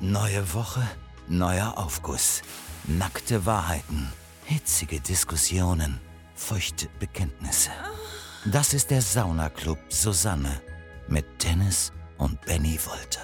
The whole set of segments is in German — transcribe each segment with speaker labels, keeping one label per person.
Speaker 1: Neue Woche, neuer Aufguss. Nackte Wahrheiten, hitzige Diskussionen, feuchte Bekenntnisse. Das ist der Saunaclub Susanne mit Dennis und Benny Wolter.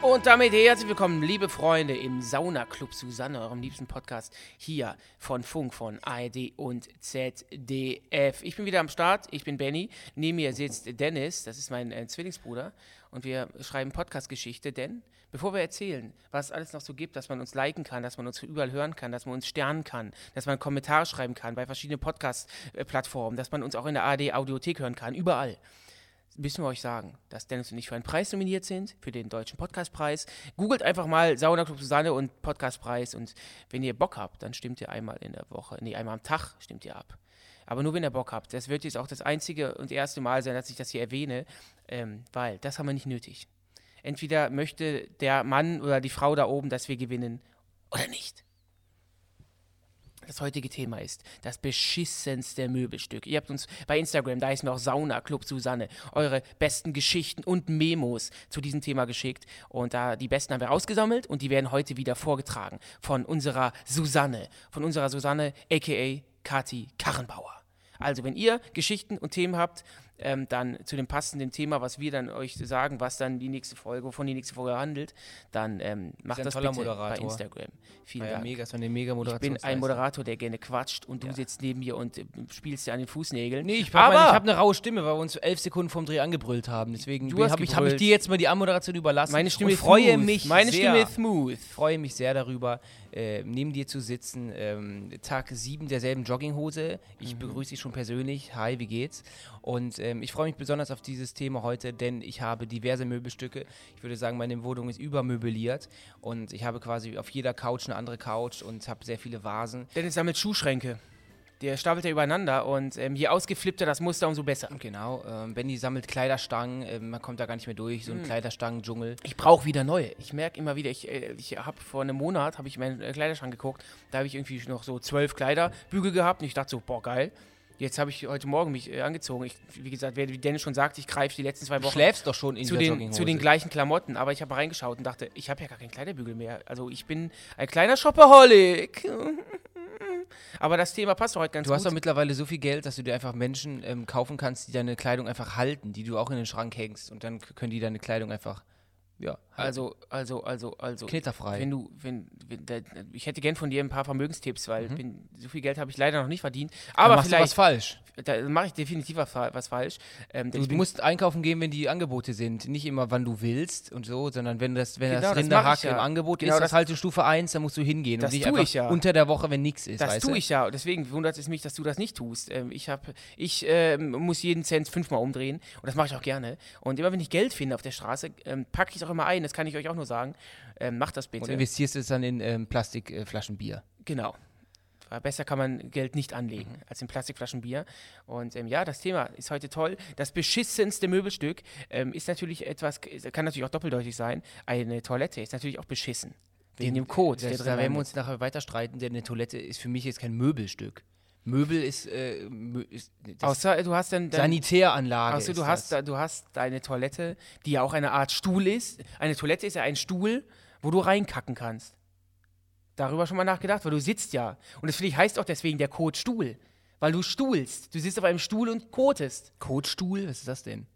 Speaker 2: Und damit herzlich willkommen, liebe Freunde, im Saunaclub Susanne, eurem liebsten Podcast hier von Funk, von ARD und ZDF. Ich bin wieder am Start, ich bin Benny. Neben mir sitzt Dennis, das ist mein äh, Zwillingsbruder. Und wir schreiben Podcast-Geschichte, denn bevor wir erzählen, was es alles noch so gibt, dass man uns liken kann, dass man uns überall hören kann, dass man uns sternen kann, dass man einen Kommentar schreiben kann bei verschiedenen Podcast-Plattformen, dass man uns auch in der ARD-Audiothek hören kann, überall müssen wir euch sagen, dass Dennis und ich für einen Preis nominiert sind, für den Deutschen Podcastpreis. Googelt einfach mal Sauna Club Susanne und Podcastpreis und wenn ihr Bock habt, dann stimmt ihr einmal in der Woche, nee, einmal am Tag stimmt ihr ab. Aber nur wenn ihr Bock habt. Das wird jetzt auch das einzige und erste Mal sein, dass ich das hier erwähne, ähm, weil das haben wir nicht nötig. Entweder möchte der Mann oder die Frau da oben, dass wir gewinnen oder nicht. Das heutige Thema ist das beschissenste Möbelstück. Ihr habt uns bei Instagram, da ist mir auch Sauna Club Susanne, eure besten Geschichten und Memos zu diesem Thema geschickt. Und da die besten haben wir ausgesammelt und die werden heute wieder vorgetragen von unserer Susanne, von unserer Susanne, aka Kati Karrenbauer. Also, wenn ihr Geschichten und Themen habt, ähm, dann zu dem passenden Thema, was wir dann euch sagen, was dann die nächste Folge, wovon die nächste Folge handelt, dann ähm, macht
Speaker 3: ein
Speaker 2: das
Speaker 3: toller
Speaker 2: bitte bei
Speaker 3: Moderator.
Speaker 2: Instagram. Vielen
Speaker 3: Ja,
Speaker 2: Dank.
Speaker 3: mega, ist eine mega
Speaker 2: Ich bin ein
Speaker 3: Moderationsleistung.
Speaker 2: Moderator, der gerne quatscht und du sitzt neben mir und äh, spielst dir an den Fußnägeln.
Speaker 3: Nee, ich
Speaker 2: Aber
Speaker 3: habe hab ne- eine raue Stimme, weil wir uns elf Sekunden vom Dreh angebrüllt haben. Deswegen
Speaker 2: Du hast
Speaker 3: habe ich, hab ich
Speaker 2: gebrüllt.
Speaker 3: dir jetzt mal die Anmoderation überlassen.
Speaker 2: meine Stimme
Speaker 3: und freue
Speaker 2: smooth.
Speaker 3: mich
Speaker 2: Meine
Speaker 3: sehr.
Speaker 2: Stimme ist smooth.
Speaker 3: Ich freue mich sehr darüber, äh, neben dir zu sitzen. Ähm, Tag 7 derselben Jogginghose. Ich
Speaker 2: Mhm.
Speaker 3: begrüße dich schon persönlich. Hi, wie geht's? Und ähm, ich freue mich besonders auf dieses Thema heute, denn ich habe diverse Möbelstücke. Ich würde sagen, meine Wohnung ist übermöbliert und ich habe quasi auf jeder Couch eine andere Couch und habe sehr viele Vasen.
Speaker 2: Dennis sammelt Schuhschränke. Der stapelt ja übereinander und ähm, je ausgeflippter das Muster, umso besser.
Speaker 3: Genau, ähm, Benny sammelt Kleiderstangen, ähm, man kommt da gar nicht mehr durch,
Speaker 2: Mhm.
Speaker 3: so ein Kleiderstangen-Dschungel.
Speaker 2: Ich brauche wieder neue. Ich merke immer wieder, ich, äh, ich habe vor einem Monat, habe ich meinen äh, Kleiderschrank geguckt, da habe ich irgendwie noch so zwölf Kleiderbügel gehabt und ich dachte so, boah, geil. Jetzt habe ich heute Morgen mich äh, angezogen. Ich, wie gesagt, wer- wie Dennis schon sagt, ich greife die letzten zwei
Speaker 3: Du
Speaker 2: Wochen
Speaker 3: schläfst doch schon in
Speaker 2: zu
Speaker 3: dieser
Speaker 2: den,
Speaker 3: Jogginghose.
Speaker 2: zu den gleichen Klamotten, aber ich habe reingeschaut und dachte, ich habe ja gar keinen Kleiderbügel mehr. Also ich bin ein kleiner Shopaholic. Aber das Thema passt doch heute ganz
Speaker 3: Du hast doch
Speaker 2: gut.
Speaker 3: mittlerweile so viel Geld, dass du dir einfach Menschen ähm, kaufen kannst, die deine Kleidung einfach halten, die du auch in den Schrank hängst und dann k- können die deine Kleidung einfach, ja, halten.
Speaker 2: also, also, also, also.
Speaker 3: knitterfrei.
Speaker 2: Wenn du, wenn, wenn da, ich hätte gern von dir ein paar Vermögenstipps, weil bin, so viel Geld habe ich leider noch nicht verdient.
Speaker 3: Dann
Speaker 2: Aber
Speaker 3: Mhm. machst du was
Speaker 2: vielleicht,
Speaker 3: falsch.
Speaker 2: da mache ich definitiv was, fa- was falsch. Ähm, denn
Speaker 3: Du
Speaker 2: ich bin-
Speaker 3: musst einkaufen gehen, wenn die Angebote sind. Nicht immer, wann du willst und so, sondern wenn das, wenn
Speaker 2: Genau,
Speaker 3: das
Speaker 2: das mach ich
Speaker 3: Rinderhack
Speaker 2: ja.
Speaker 3: im Angebot
Speaker 2: Genau,
Speaker 3: ist, das
Speaker 2: das-
Speaker 3: halte Stufe 1, dann musst du hingehen.
Speaker 2: Das
Speaker 3: und nicht
Speaker 2: tue
Speaker 3: einfach
Speaker 2: ich ja.
Speaker 3: unter der Woche, wenn nichts ist.
Speaker 2: Das
Speaker 3: weißt du?
Speaker 2: tue ich ja. Deswegen wundert es mich, dass du das nicht tust. Ähm, ich hab, ich ähm, muss jeden Cent fünfmal umdrehen und das mache ich auch gerne. Und immer wenn ich Geld finde auf der Straße, ähm, packe ich es auch immer ein. Das kann ich euch auch nur sagen. Ähm, macht das
Speaker 3: Und
Speaker 2: bitte.
Speaker 3: investierst es dann in ähm, Plastikflaschen Bier.
Speaker 2: Genau. Weil Besser kann man Geld nicht anlegen
Speaker 3: Mhm.
Speaker 2: als in Plastikflaschen Bier. Und ähm, ja, das Thema ist heute toll. Das beschissenste Möbelstück ähm, ist natürlich etwas, kann natürlich auch doppeldeutig sein. Eine Toilette ist natürlich auch beschissen. Wegen dem Code, der
Speaker 3: Das,
Speaker 2: drin
Speaker 3: da werden wir
Speaker 2: landet.
Speaker 3: uns nachher weiter streiten, denn eine Toilette ist für mich jetzt kein Möbelstück. Möbel ist, äh, mö- ist das
Speaker 2: Außer äh, du hast dann, dann
Speaker 3: Sanitäranlage.
Speaker 2: Achso, du
Speaker 3: ist
Speaker 2: hast,
Speaker 3: das.
Speaker 2: da- du hast deine Toilette, die ja auch eine Art Stuhl ist. Eine Toilette ist ja ein Stuhl, wo du reinkacken kannst. Darüber schon mal nachgedacht, weil du sitzt ja. Und das vielleicht heißt auch deswegen der Kot Stuhl. Weil du stuhlst. Du sitzt auf einem Stuhl und kotest.
Speaker 3: Kotstuhl? Was ist das denn?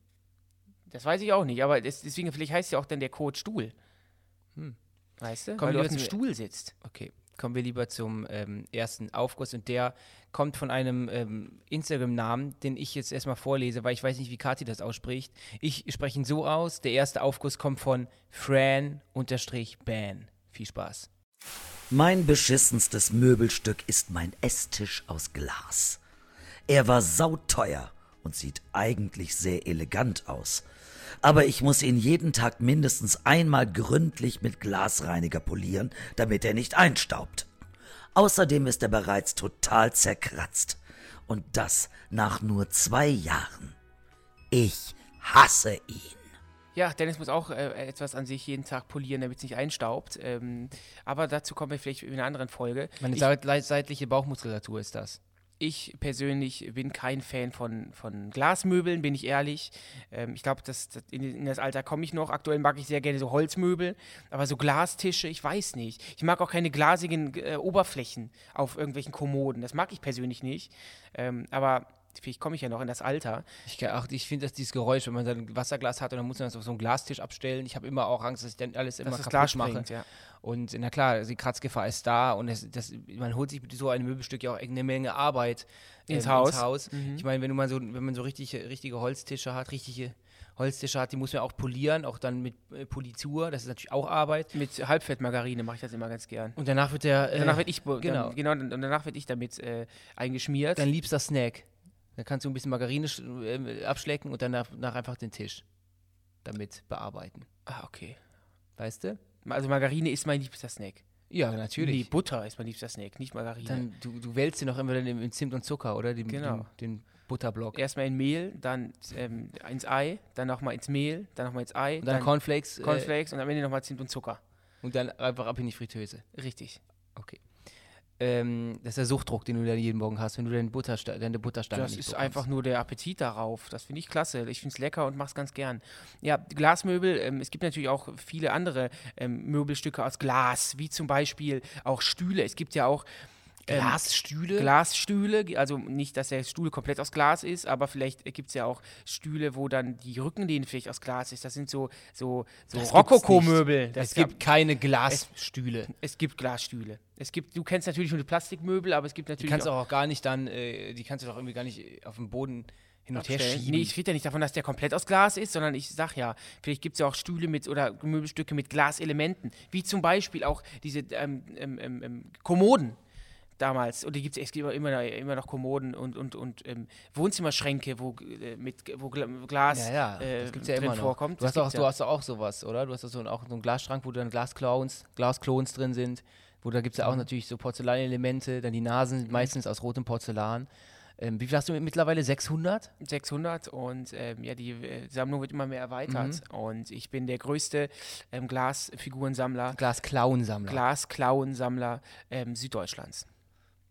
Speaker 2: Das weiß ich auch nicht, aber des- deswegen vielleicht heißt ja auch dann der Kot Stuhl. Weißt du?
Speaker 3: Komm,
Speaker 2: weil du
Speaker 3: lieber
Speaker 2: auf dem
Speaker 3: zu mir.
Speaker 2: Stuhl sitzt.
Speaker 3: Okay, kommen wir lieber zum ähm, ersten Aufguss und der kommt von einem ähm, Instagram-Namen, den ich jetzt erstmal vorlese, weil ich weiß nicht, wie Kathi das ausspricht. Ich spreche ihn so aus. Der erste Aufguss kommt von Fran-Ban. Viel Spaß.
Speaker 4: Mein beschissenstes Möbelstück ist mein Esstisch aus Glas. Er war sauteuer und sieht eigentlich sehr elegant aus. Aber ich muss ihn jeden Tag mindestens einmal gründlich mit Glasreiniger polieren, damit er nicht einstaubt. Außerdem ist er bereits total zerkratzt. Und das nach nur zwei Jahren. Ich hasse ihn.
Speaker 2: Ja, Dennis muss auch äh, etwas an sich jeden Tag polieren, damit es nicht einstaubt. Ähm, aber dazu kommen wir vielleicht in einer anderen Folge.
Speaker 3: Meine
Speaker 2: Ich-
Speaker 3: seit- seitliche Bauchmuskulatur ist das.
Speaker 2: Ich persönlich bin kein Fan von, von Glasmöbeln, bin ich ehrlich. Ähm, ich glaube, das, das, in, in das Alter komme ich noch. Aktuell mag ich sehr gerne so Holzmöbel, aber so Glastische, ich weiß nicht. Ich mag auch keine glasigen äh, Oberflächen auf irgendwelchen Kommoden. Das mag ich persönlich nicht. Ähm, aber vielleicht komme ich ja noch in das Alter.
Speaker 3: Ich, ge- ach, ich finde das dieses Geräusch, wenn man sein Wasserglas hat und dann muss man das auf so einen Glastisch abstellen. Ich habe immer auch Angst, dass ich dann alles immer
Speaker 2: Dass das Glas
Speaker 3: kaputt mache.
Speaker 2: springt, ja.
Speaker 3: Und na klar, also die Kratzgefahr ist da und es, das, man holt sich mit so einem Möbelstück ja auch eine Menge Arbeit ähm,
Speaker 2: Ins Haus. Mhm.
Speaker 3: Ich meine, wenn du mal so, wenn man so richtige, richtige Holztische hat, richtige Holztische hat, die muss man auch polieren, auch dann mit äh, Politur, das ist natürlich auch Arbeit.
Speaker 2: Mit Halbfettmargarine mache ich das immer ganz gern.
Speaker 3: Und danach wird der äh,
Speaker 2: Danach werde ich, be-
Speaker 3: genau.
Speaker 2: dann, genau, dann- danach werd ich damit äh, eingeschmiert.
Speaker 3: dein liebster Snack. Dann kannst du ein bisschen Margarine sch- äh, abschlecken und danach, danach einfach den Tisch damit bearbeiten.
Speaker 2: ah, okay.
Speaker 3: Weißt du?
Speaker 2: Also Margarine ist mein liebster Snack.
Speaker 3: Ja,
Speaker 2: Nee, Butter ist mein liebster Snack, nicht Margarine.
Speaker 3: Dann, du, du wälzt den noch immer dann im, im Zimt und Zucker, oder? Den,
Speaker 2: Genau.
Speaker 3: Den, den Butterblock.
Speaker 2: Erstmal in Mehl, dann ähm, ins Ei, dann nochmal ins Mehl, dann nochmal ins Ei,
Speaker 3: Und dann, Cornflakes, Äh,
Speaker 2: Cornflakes und am Ende nochmal Zimt und Zucker.
Speaker 3: und dann einfach ab in die Fritteuse.
Speaker 2: Richtig.
Speaker 3: Okay. Ähm, das ist der Suchtdruck, den du dann jeden Morgen hast, wenn du deine, Butterste deine Buttersteine
Speaker 2: Das
Speaker 3: nicht
Speaker 2: ist
Speaker 3: bekommst.
Speaker 2: einfach nur der Appetit darauf. Das finde ich klasse. Ich finde es lecker und mache es ganz gern. Ja, Glasmöbel. Ähm, es gibt natürlich auch viele andere ähm, Möbelstücke aus Glas, wie zum Beispiel auch Stühle. Es gibt ja auch ähm,
Speaker 3: Glasstühle?
Speaker 2: Glasstühle, ge- also nicht, dass der Stuhl komplett aus Glas ist, aber vielleicht gibt es ja auch Stühle, wo dann die Rückenlehne vielleicht aus Glas ist. Das sind so, so, so
Speaker 3: Das gibt's
Speaker 2: Rokoko-Möbel.
Speaker 3: nicht.
Speaker 2: Das
Speaker 3: Es gibt keine Glasstühle.
Speaker 2: es gibt Glasstühle. Es gibt, du kennst natürlich nur die Plastikmöbel, aber es gibt
Speaker 3: Die
Speaker 2: natürlich
Speaker 3: kannst du auch gar nicht dann, äh, die kannst du doch irgendwie gar nicht äh, auf dem Boden hin und her
Speaker 2: abstellen.
Speaker 3: schieben.
Speaker 2: Nee, ich rede ja nicht davon, dass der komplett aus Glas ist, sondern ich sag ja, vielleicht gibt es ja auch Stühle mit oder Möbelstücke mit Glaselementen, wie zum Beispiel auch diese ähm, ähm, ähm, ähm, Kommoden damals. Und die gibt's, es gibt immer, immer, immer noch Kommoden und, und, und ähm, Wohnzimmerschränke, wo, äh, mit, wo Gla- Glas
Speaker 3: ja, ja,
Speaker 2: äh,
Speaker 3: das gibt's ja
Speaker 2: drin
Speaker 3: immer noch.
Speaker 2: vorkommt.
Speaker 3: Du hast,
Speaker 2: Das
Speaker 3: auch,
Speaker 2: gibt's
Speaker 3: du
Speaker 2: ja.
Speaker 3: hast doch auch sowas, oder? Du hast doch so einen, auch so einen Glasschrank, wo dann Glasklons, Glasklons drin sind. Wo da gibt es ja
Speaker 2: Mhm.
Speaker 3: auch natürlich so Porzellanelemente, dann die Nasen sind meistens aus rotem Porzellan. Ähm, wie viel hast du mit- mittlerweile? 600?
Speaker 2: 600 und ähm, ja, die äh, Sammlung wird immer mehr erweitert.
Speaker 3: Mhm.
Speaker 2: Und ich bin der größte ähm, Glasfigurensammler,
Speaker 3: Glasklauen-Sammler.
Speaker 2: Glasklauensammler ähm, Süddeutschlands.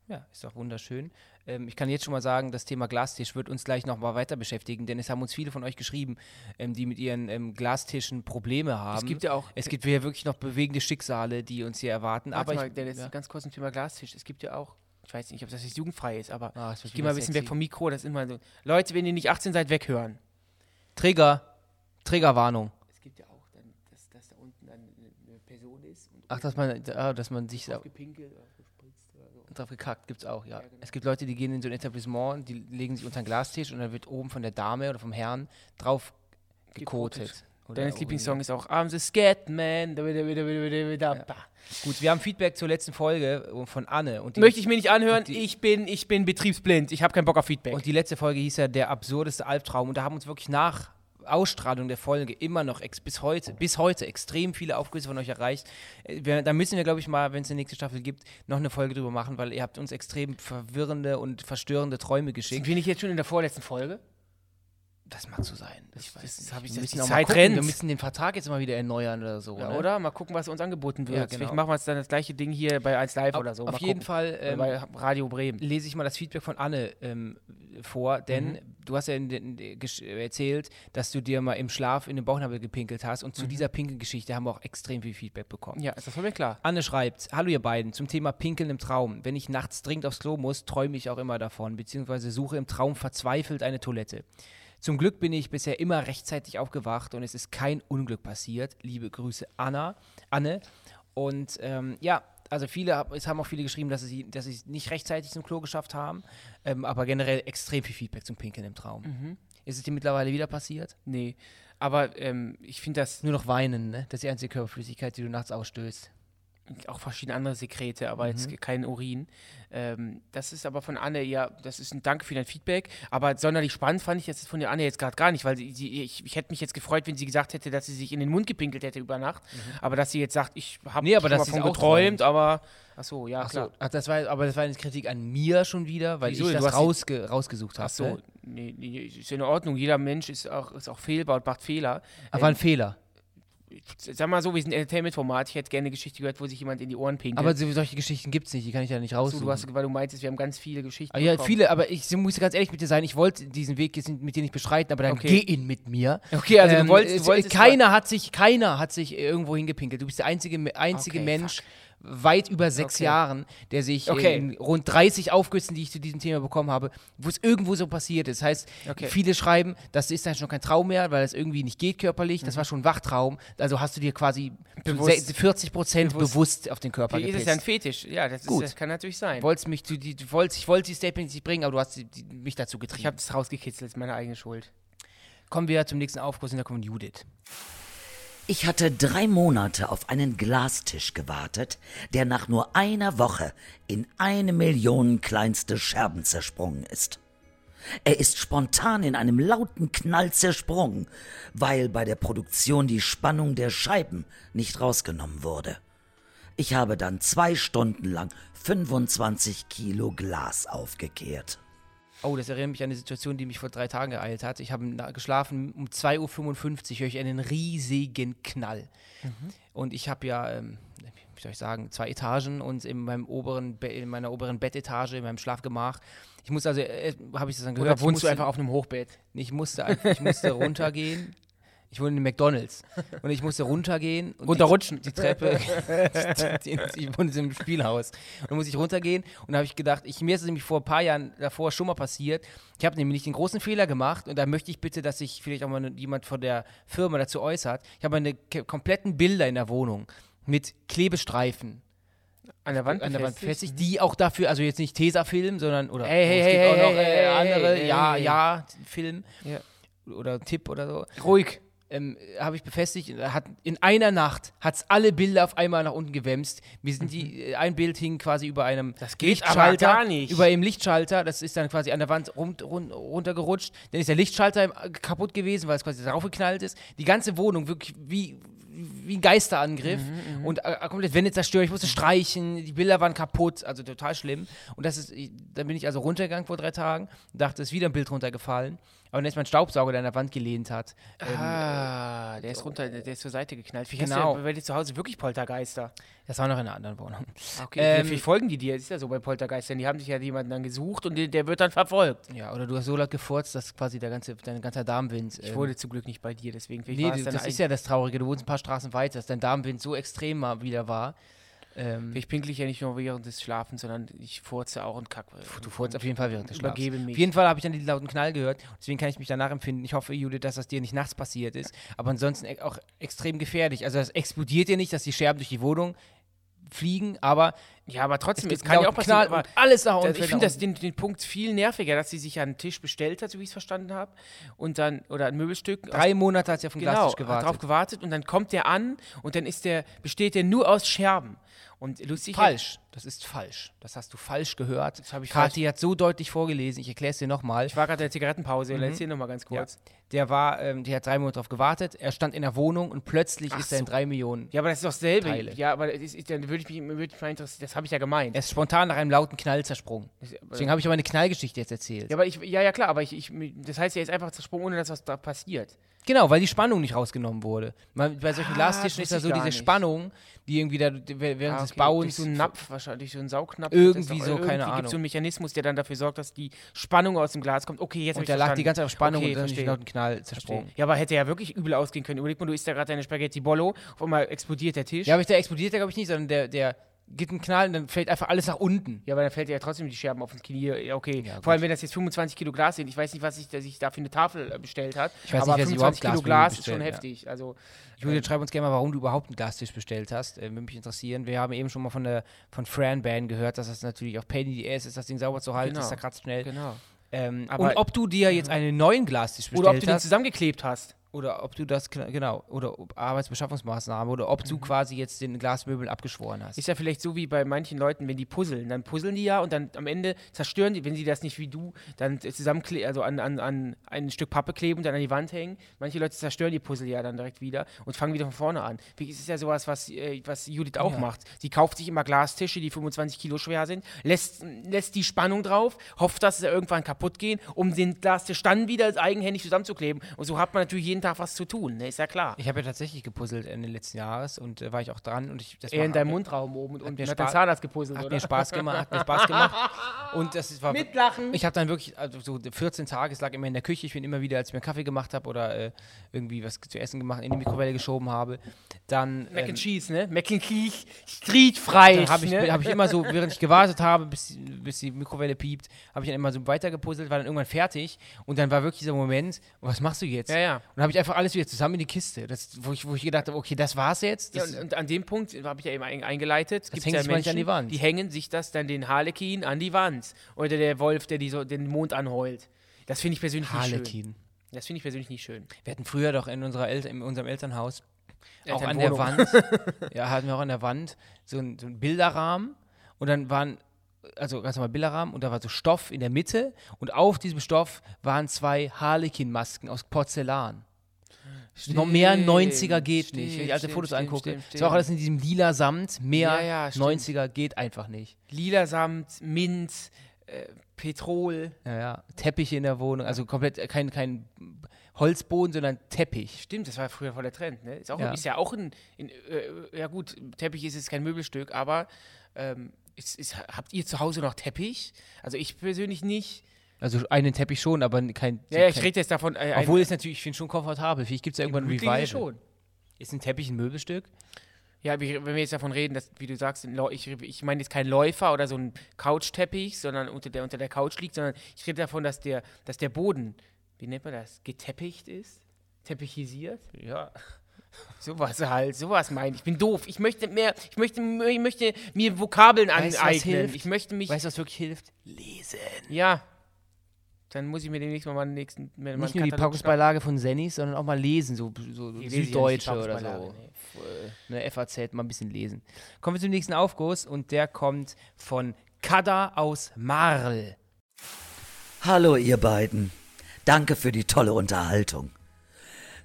Speaker 3: Ja, ist doch wunderschön. Ähm, ich kann jetzt schon mal sagen, das Thema Glastisch wird uns gleich nochmal weiter beschäftigen, denn es haben uns viele von euch geschrieben, ähm, die mit ihren ähm, Glastischen Probleme haben.
Speaker 2: gibt ja auch-
Speaker 3: Es gibt ja wirklich noch bewegende Schicksale, die uns hier erwarten.
Speaker 2: Aber
Speaker 3: Aber
Speaker 2: mal,
Speaker 3: ich,
Speaker 2: der letzte
Speaker 3: ja.
Speaker 2: ganz kurz zum Thema Glastisch. Es gibt ja auch, ich weiß nicht, ob das jetzt jugendfrei ist, aber
Speaker 3: Ah, es wird
Speaker 2: ich gehe mal ein
Speaker 3: wieder
Speaker 2: bisschen
Speaker 3: sexy.
Speaker 2: weg vom Mikro. Das ist immer so. Leute, wenn ihr nicht 18 seid, weghören.
Speaker 3: Trigger, Triggerwarnung.
Speaker 2: Es gibt ja auch, dann, dass, dass da unten dann eine Person ist und
Speaker 3: Ach, dass man, ah, dass man sich da
Speaker 2: gepinkelt oder gespritzt oder so. genau.
Speaker 3: drauf gekackt, gibt's auch, ja. Es gibt Leute, die gehen in so ein Etablissement, die legen sich unter einen Glastisch und dann wird oben von der Dame oder vom Herrn drauf gekotet.
Speaker 2: Gekotet.
Speaker 3: Oder
Speaker 2: Dennis
Speaker 3: irgendwie.
Speaker 2: Lieblingssong ist auch I'm the Scatman. Da, da, da, da, da, da, da.
Speaker 3: Gut, wir haben Feedback zur letzten Folge äh, von Anne und die,
Speaker 2: Möchte ich mir nicht anhören.
Speaker 3: die-
Speaker 2: ich, bin, ich bin betriebsblind. Ich habe keinen Bock auf Feedback.
Speaker 3: und die letzte Folge hieß ja der absurdeste Albtraum und da haben uns wirklich nach Ausstrahlung der Folge immer noch ex bis heute bis heute extrem viele Aufgrüße von euch erreicht. Äh, wir- Da müssen wir glaube ich mal, wenn es eine nächste Staffel gibt, noch eine Folge drüber machen, weil ihr habt uns extrem verwirrende und verstörende Träume geschickt.
Speaker 2: sind wir nicht jetzt schon in der vorletzten Folge?
Speaker 3: Das mag so sein. Das, ich
Speaker 2: das
Speaker 3: weiß
Speaker 2: hab ich-
Speaker 3: wir
Speaker 2: das-
Speaker 3: müssen
Speaker 2: die
Speaker 3: auch
Speaker 2: Zeit
Speaker 3: mal gucken. Wir
Speaker 2: rennt.
Speaker 3: müssen den Vertrag jetzt mal wieder erneuern oder so.
Speaker 2: Ja,
Speaker 3: ne?
Speaker 2: oder? Mal gucken, was uns angeboten wird.
Speaker 3: Ja, genau.
Speaker 2: Vielleicht machen wir jetzt dann das gleiche Ding hier bei 1 Live
Speaker 3: Auf,
Speaker 2: oder so.
Speaker 3: auf
Speaker 2: Mal
Speaker 3: jeden
Speaker 2: gucken.
Speaker 3: Fall
Speaker 2: Oder
Speaker 3: ähm,
Speaker 2: bei Radio Bremen.
Speaker 3: lese ich mal das Feedback von Anne ähm, vor, denn du hast ja in, den- in, gesch- äh, erzählt, dass du dir mal im Schlaf in den Bauchnabel gepinkelt hast und zu dieser Pinkelgeschichte haben wir auch extrem viel Feedback bekommen.
Speaker 2: Ja, das war mir klar.
Speaker 3: Anne schreibt, hallo ihr beiden, zum Thema Pinkeln im Traum. Wenn ich nachts dringend aufs Klo muss, träume ich auch immer davon, beziehungsweise suche im Traum verzweifelt eine Toilette. Zum Glück bin ich bisher immer rechtzeitig aufgewacht und es ist kein Unglück passiert. Liebe Grüße Anna, Anne. Und ähm, ja, also viele, hab- es haben auch viele geschrieben, dass sie, dass sie es nicht rechtzeitig zum Klo geschafft haben, ähm, aber generell extrem viel Feedback zum Pinkeln im Traum. Ist es dir mittlerweile wieder passiert?
Speaker 2: Nee. Aber ähm, ich finde das
Speaker 3: Nur noch weinen, ne? Das ist die einzige Körperflüssigkeit, die du nachts ausstößt.
Speaker 2: auch verschiedene andere Sekrete, aber
Speaker 3: Mhm.
Speaker 2: jetzt kein Urin. Ähm, das ist aber von Anne, ja, das ist ein Dank für dein Feedback. Aber sonderlich spannend fand ich das von der Anne jetzt gerade gar nicht, weil sie, sie, ich, ich hätte mich jetzt gefreut, wenn sie gesagt hätte, dass sie sich in den Mund gepinkelt hätte über Nacht. Aber dass sie jetzt sagt, ich habe
Speaker 3: Mhm. Nee, aber
Speaker 2: schon
Speaker 3: dass
Speaker 2: mal
Speaker 3: sie es
Speaker 2: von
Speaker 3: auch träumt.
Speaker 2: geträumt, aber. Ach so, ja,
Speaker 3: Ach
Speaker 2: klar.
Speaker 3: so, ach, das war, aber das war eine Kritik an mir schon wieder, weil
Speaker 2: Wieso
Speaker 3: ich
Speaker 2: denn? Du
Speaker 3: das
Speaker 2: hast die-
Speaker 3: rausge rausgesucht ne? habe.
Speaker 2: Ach so, nee, nee, ist in Ordnung. Jeder Mensch ist auch, ist auch fehlbar und macht Fehler. Ähm,
Speaker 3: Aber ein Fehler.
Speaker 2: sag mal so, wir sind ein Entertainment-Format. Ich hätte gerne eine Geschichte gehört, wo sich jemand in die Ohren pinkelt.
Speaker 3: Aber so- solche Geschichten gibt es nicht, die kann ich ja nicht
Speaker 2: so,
Speaker 3: raussuchen.
Speaker 2: du hast, weil du meintest, wir haben ganz viele Geschichten.
Speaker 3: Ah, ja,
Speaker 2: bekommen.
Speaker 3: viele, aber ich muss ganz ehrlich mit dir sein, ich wollte diesen Weg jetzt mit dir nicht beschreiten, aber dann
Speaker 2: Okay.
Speaker 3: geh ihn mit mir. Ähm,
Speaker 2: Okay, also du wolltest-
Speaker 3: es- äh,
Speaker 2: du wolltest-
Speaker 3: keiner hat sich, keiner hat sich irgendwo hingepinkelt. Du bist der einzige, einzige
Speaker 2: Okay,
Speaker 3: Mensch weit über sechs
Speaker 2: Okay.
Speaker 3: Jahren, der sich
Speaker 2: Okay.
Speaker 3: äh, in rund 30 Aufgüssen, die ich zu diesem Thema bekommen habe, wo es irgendwo so passiert ist. Das heißt,
Speaker 2: Okay.
Speaker 3: viele schreiben, das ist dann schon kein Traum mehr, weil es irgendwie nicht geht körperlich. Das war schon ein Wachtraum. Also hast du dir quasi zu
Speaker 2: Mhm. Bewusst.
Speaker 3: se- 40 Prozent bewusst. auf den Körper
Speaker 2: Wie ist es
Speaker 3: gepisst.
Speaker 2: ja ein Fetisch? Ja, das, ist,
Speaker 3: Gut.
Speaker 2: das kann natürlich sein.
Speaker 3: Du wolltest mich zu die, du wolltest, ich wollte die Statements nicht bringen, aber du hast die, die, mich dazu
Speaker 2: ich
Speaker 3: getrieben.
Speaker 2: habe das rausgekitzelt, ist meine eigene Schuld.
Speaker 3: Kommen wir zum nächsten Aufkurs und da kommt Judith.
Speaker 4: Ich hatte drei Monate auf einen Glastisch gewartet, der nach nur einer Woche in eine Million kleinste Scherben zersprungen ist. Er ist spontan in einem lauten Knall zersprungen, weil bei der Produktion die Spannung der Scheiben nicht rausgenommen wurde. Ich habe dann zwei Stunden lang 25 Kilo Glas aufgekehrt.
Speaker 3: Oh, das erinnert mich an eine Situation, die mich vor drei Tagen geeilt hat. Ich habe na- geschlafen, um 2.55 Uhr höre ich einen riesigen Knall.
Speaker 2: Mhm.
Speaker 3: Und ich habe ja, ähm, wie soll ich sagen, zwei Etagen und in, meinem oberen Be in meiner oberen Bettetage, in meinem Schlafgemach. Ich musste also, äh, habe ich das dann gehört?
Speaker 2: Oder
Speaker 3: ich
Speaker 2: wohnst du
Speaker 3: musste-
Speaker 2: einfach auf einem Hochbett?
Speaker 3: Ich musste, einfach- ich musste runtergehen. Ich wohne in McDonalds. Und ich musste runtergehen. Und
Speaker 2: Runterrutschen.
Speaker 3: Die, die Treppe. die, die, ich wohne in so einem Spielhaus. Und dann muss ich runtergehen. Und da habe ich gedacht, ich, mir ist es nämlich vor ein paar Jahren davor schon mal passiert. Ich habe nämlich den großen Fehler gemacht. Und da möchte ich bitte, dass sich vielleicht auch mal ne- jemand von der Firma dazu äußert. Ich habe meine ke- kompletten Bilder in der Wohnung mit Klebestreifen
Speaker 2: An der Wand
Speaker 3: an der Wand
Speaker 2: befestigt?
Speaker 3: befestigt, die auch dafür, also jetzt nicht Tesafilm, sondern oder
Speaker 2: Hey, hey,
Speaker 3: es gibt
Speaker 2: hey,
Speaker 3: auch
Speaker 2: hey,
Speaker 3: noch
Speaker 2: hey,
Speaker 3: äh,
Speaker 2: hey,
Speaker 3: andere
Speaker 2: hey,
Speaker 3: ja,
Speaker 2: hey.
Speaker 3: ja, Film
Speaker 2: Ja.
Speaker 3: oder Tipp oder so
Speaker 2: Ruhig.
Speaker 3: ähm, habe ich befestigt, äh, hat, in einer Nacht hat es alle Bilder auf einmal nach unten gewämst. Wir sind die, äh, ein Bild hing quasi über einem
Speaker 2: Mhm. Das geht aber
Speaker 3: Lichtschalter,
Speaker 2: gar nicht.
Speaker 3: über dem Lichtschalter, das ist dann quasi an der Wand run, run, runtergerutscht. Dann ist der Lichtschalter im- äh, kaputt gewesen, weil es quasi draufgeknallt ist. Die ganze Wohnung wirklich wie wie ein Geisterangriff
Speaker 2: Mhm,
Speaker 3: und äh, komplett Wände zerstört. Ich musste streichen, die Bilder waren kaputt, also total schlimm. Und das ist, ich- dann bin ich also runtergegangen vor drei Tagen, dachte, es ist wieder ein Bild runtergefallen. Aber dann ist mein Staubsauger, der an der Wand gelehnt hat. Ähm,
Speaker 2: Ah, der ist runter, der ist zur Seite geknallt. Vielleicht
Speaker 3: Genau.
Speaker 2: hast du ja bei dir zu Hause wirklich Poltergeister.
Speaker 3: Das war noch in einer anderen Wohnung.
Speaker 2: Okay,
Speaker 3: Ähm,
Speaker 2: vielleicht folgen die dir. Das ist ja so bei Poltergeistern. Die haben sich ja jemanden dann gesucht und der- der wird dann verfolgt.
Speaker 3: Ja, oder du hast so laut gefurzt, dass quasi der ganze, dein ganzer Darmwind.
Speaker 2: Ich wurde zum Glück nicht bei dir, deswegen.
Speaker 3: ähm,
Speaker 2: Vielleicht
Speaker 3: nee,
Speaker 2: war es
Speaker 3: du,
Speaker 2: dann
Speaker 3: das ist
Speaker 2: ein-
Speaker 3: ja das Traurige. Du wohnst ein paar Straßen weiter, dass dein Darmwind so extrem mal wieder war. Ähm,
Speaker 2: Vielleicht pinkel ich ja nicht nur während des Schlafens, sondern ich furze auch und kacke.
Speaker 3: du furzt auf jeden Fall während des Schlafs.
Speaker 2: Übergebe mich.
Speaker 3: Auf jeden Fall habe ich dann den lauten Knall gehört. Deswegen kann ich mich danach empfinden. Ich hoffe, Judith, dass das dir nicht nachts passiert ist. Aber ansonsten e- auch extrem gefährlich. Also das explodiert dir nicht, dass die Scherben durch die Wohnung fliegen, aber
Speaker 2: Ja, aber trotzdem, es
Speaker 3: gibt
Speaker 2: kann
Speaker 3: einen
Speaker 2: ja auch
Speaker 3: lauten Knall
Speaker 2: passieren. Aber
Speaker 3: und alles nach
Speaker 2: Das-
Speaker 3: unten.
Speaker 2: ich finde das den, den Punkt viel nerviger, dass sie sich ja einen Tisch bestellt hat, so wie ich es verstanden habe, und dann oder ein Möbelstück. aus-
Speaker 3: drei Monate hat sie auf den
Speaker 2: genau,
Speaker 3: Glastisch
Speaker 2: gewartet. drauf
Speaker 3: gewartet.
Speaker 2: gewartet und dann kommt der an und dann ist der besteht der nur aus Scherben und lustig
Speaker 3: Falsch. Das ist falsch. Das hast du falsch gehört. Das
Speaker 2: habe ich
Speaker 3: Kathi hat so deutlich vorgelesen. Ich erkläre es dir nochmal.
Speaker 2: Ich war gerade in der Zigarettenpause, mhm. erzähl nochmal ganz kurz. Ja.
Speaker 3: Der war, ähm, die hat drei Monate drauf gewartet. Er stand in der Wohnung und plötzlich ist er in drei Millionen.
Speaker 2: aber das ist doch dasselbe.
Speaker 3: Teile.
Speaker 2: Ja, aber es ist, dann würde ich mich, würde mich mal interessieren, das habe ich ja gemeint.
Speaker 3: Er ist spontan nach einem lauten Knall zersprungen. Deswegen habe ich aber eine Knallgeschichte jetzt erzählt.
Speaker 2: Ja, aber ich, ja, ja, klar, aber ich, ich, das heißt, er ist einfach zersprungen, ohne dass was da passiert.
Speaker 3: Genau, weil die Spannung nicht rausgenommen wurde. Man, bei solchen
Speaker 2: Ah,
Speaker 3: Glastischen
Speaker 2: das
Speaker 3: ist da
Speaker 2: wusste
Speaker 3: so
Speaker 2: ich
Speaker 3: diese
Speaker 2: gar nicht.
Speaker 3: Spannung, die irgendwie da d- während
Speaker 2: Ah,
Speaker 3: des
Speaker 2: okay, Durch
Speaker 3: Bauens
Speaker 2: so einen Napf wahrscheinlich, durch so einen Saugnapf.
Speaker 3: Irgendwie
Speaker 2: Das ist doch-
Speaker 3: so, keine
Speaker 2: Irgendwie gibt so
Speaker 3: Ahnung.
Speaker 2: einen Mechanismus, der dann dafür sorgt, dass die Spannung aus dem Glas kommt. Okay, jetzt hab
Speaker 3: und
Speaker 2: ich
Speaker 3: da lag
Speaker 2: verstanden.
Speaker 3: die ganze Zeit auf Spannung
Speaker 2: okay,
Speaker 3: und dann ist durch
Speaker 2: verstehe.
Speaker 3: einen lauten Knall zersprungen.
Speaker 2: Verstehe. Ja, aber hätte ja wirklich übel ausgehen können. Überleg mal, du isst da gerade deine Spaghetti Bollo, auf einmal explodiert der Tisch.
Speaker 3: Ja, aber der explodiert, glaube ich, nicht, sondern der, der geht einen Knall und dann fällt einfach alles nach unten.
Speaker 2: Ja, aber dann fällt dir ja trotzdem die Scherben auf den Knie. Ja, Okay,
Speaker 3: Ja, gut.
Speaker 2: vor allem wenn das jetzt 25 Kilo Glas sind. Ich weiß nicht, was sich sich da für eine Tafel äh, bestellt hat.
Speaker 3: Ich weiß
Speaker 2: aber
Speaker 3: nicht, wer sich überhaupt
Speaker 2: 25 Kilo
Speaker 3: Glas für
Speaker 2: Glas ist
Speaker 3: bestellt,
Speaker 2: schon
Speaker 3: ja.
Speaker 2: heftig. Also
Speaker 3: Julia, schreib uns gerne mal, warum du überhaupt einen Glastisch bestellt hast. Äh, würde mich interessieren. Wir haben eben schon mal von der von Fran Ban gehört, dass das natürlich auch Pain in the Ass ist, das Ding sauber zu halten,
Speaker 2: Genau.
Speaker 3: das zerkratzt schnell.
Speaker 2: genau.
Speaker 3: Ähm,
Speaker 2: Aber-
Speaker 3: und ob du dir jetzt einen neuen Glastisch bestellt
Speaker 2: Oder ob du den
Speaker 3: hast
Speaker 2: zusammengeklebt hast.
Speaker 3: oder ob du das kla- genau oder ob Arbeitsbeschaffungsmaßnahme oder ob du quasi jetzt den Glasmöbel abgeschworen hast.
Speaker 2: Ist ja vielleicht so wie bei manchen Leuten, wenn die puzzeln, dann puzzeln die ja und dann am Ende zerstören die, wenn sie das nicht wie du, dann zusammen, also an, an, an ein Stück Pappe kleben und dann an die Wand hängen. Manche Leute zerstören die Puzzle ja dann direkt wieder und fangen wieder von vorne an. Wie- Es ist ja sowas, was, äh, was Judith auch
Speaker 3: Ja.
Speaker 2: macht. Sie kauft sich immer Glastische, die 25 Kilo schwer sind, lässt, lässt die Spannung drauf, hofft, dass sie irgendwann kaputt gehen, um den Glastisch dann wieder eigenhändig zusammenzukleben. Und so hat man natürlich jeden jeden Tag was zu tun, ne? Ist ja klar.
Speaker 3: Ich habe ja tatsächlich gepuzzelt Ende letzten Jahres und äh, war ich auch dran und ich das
Speaker 2: Eher in
Speaker 3: war-
Speaker 2: deinem Mundraum oben und unten
Speaker 3: mir
Speaker 2: hat der
Speaker 3: Spaß-
Speaker 2: Zahnarzt gepuzzelt,
Speaker 3: Hat
Speaker 2: oder?
Speaker 3: mir Spaß gemacht, hat mir Spaß gemacht. Und das war.
Speaker 2: Mitlachen.
Speaker 3: Ich habe dann wirklich, also so 14 Tage, es lag immer in der Küche. Ich bin immer wieder, als ich mir einen Kaffee gemacht habe oder äh, irgendwie was zu essen gemacht, in die Mikrowelle geschoben habe. Dann.
Speaker 2: Mac
Speaker 3: ähm,
Speaker 2: and Cheese, ne? Mac and Cheese, Street Fries,
Speaker 3: dann habe ich,
Speaker 2: ne?
Speaker 3: hab ich immer so, während ich gewartet habe, bis, bis die Mikrowelle piept, habe ich dann immer so weitergepuzzelt, war dann irgendwann fertig und dann war wirklich dieser Moment, was machst du jetzt?
Speaker 2: Ja, ja.
Speaker 3: Und habe ich einfach alles wieder zusammen in die Kiste, das, wo, ich, wo ich gedacht habe, okay, das war's jetzt.
Speaker 2: Ja,
Speaker 3: Das,
Speaker 2: und, und an dem Punkt habe ich ja eben ein- eingeleitet. gibt's
Speaker 3: hängen
Speaker 2: ja
Speaker 3: sich manche an die Wand.
Speaker 2: Die hängen sich das dann den Harlekin an die Wand oder der Wolf, der die so den Mond anheult. Das finde ich persönlich nicht schön.
Speaker 3: Harlekin.
Speaker 2: Das finde ich persönlich nicht schön.
Speaker 3: Wir hatten früher doch in, unserer El in unserem Elternhaus auch an der
Speaker 2: Elternwohnung.
Speaker 3: Wand, ja, hatten wir auch an der Wand so einen so einen Bilderrahmen und dann waren, also ganz normal Bilderrahmen und da war so Stoff in der Mitte und auf diesem Stoff waren zwei Harlekin-Masken aus Porzellan. noch mehr 90er geht nicht. Wenn ich alte
Speaker 2: stimmt,
Speaker 3: Fotos
Speaker 2: stimmt,
Speaker 3: angucke,
Speaker 2: stimmt,
Speaker 3: es war auch alles in diesem lila Samt, mehr
Speaker 2: Ja, ja, stimmt.
Speaker 3: 90er geht einfach nicht.
Speaker 2: Lila Samt, Mint, äh, Petrol.
Speaker 3: Ja, ja. Teppiche in der Wohnung, also komplett äh, kein, kein Holzboden, sondern Teppich.
Speaker 2: Stimmt, das war früher voll der Trend. Ne? Ist, auch,
Speaker 3: Ja.
Speaker 2: ist ja auch ein, in, äh, ja gut, Teppich ist jetzt kein Möbelstück, aber ähm, ist, ist, habt ihr zu Hause noch Teppich? Also ich persönlich nicht.
Speaker 3: Also einen Teppich schon, aber kein.
Speaker 2: Ja, ja ich
Speaker 3: kein-
Speaker 2: rede jetzt davon. Äh, ein-
Speaker 3: Obwohl es natürlich, ich finde schon komfortabel. Vielleicht gibt es ja irgendwann ein
Speaker 2: Gemütliche
Speaker 3: Revival.
Speaker 2: schon.
Speaker 3: Ist ein Teppich ein Möbelstück?
Speaker 2: Ja, wie- wenn wir jetzt davon reden, dass, wie du sagst, ein Lau- ich, ich meine jetzt kein Läufer oder so ein Couchteppich, sondern unter der unter der Couch liegt, sondern ich rede davon, dass der, dass der Boden, wie nennt man das, geteppicht ist? Teppichisiert?
Speaker 3: Ja.
Speaker 2: Sowas halt, sowas meine ich. Ich bin doof. Ich möchte mehr, ich möchte, ich möchte mir Vokabeln
Speaker 3: Weißt du, was
Speaker 2: aneignen.
Speaker 3: hilft?
Speaker 2: Ich möchte mich,
Speaker 3: Weißt du, was wirklich hilft? Lesen.
Speaker 2: ja. Dann muss ich mir demnächst mal meinen nächsten, mir meinen
Speaker 3: Nicht nur die
Speaker 2: Katalog
Speaker 3: Packungsbeilage von Sennis, sondern auch mal lesen, so, so
Speaker 2: schnappen. Ich lese ja nicht die
Speaker 3: Süddeutsche oder so.
Speaker 2: Packungsbeilage, nee.
Speaker 3: Ne, FAZ, mal ein bisschen lesen. Kommen wir zum nächsten Aufguss und der kommt von Kada aus Marl.
Speaker 4: Hallo ihr beiden. Danke für die tolle Unterhaltung.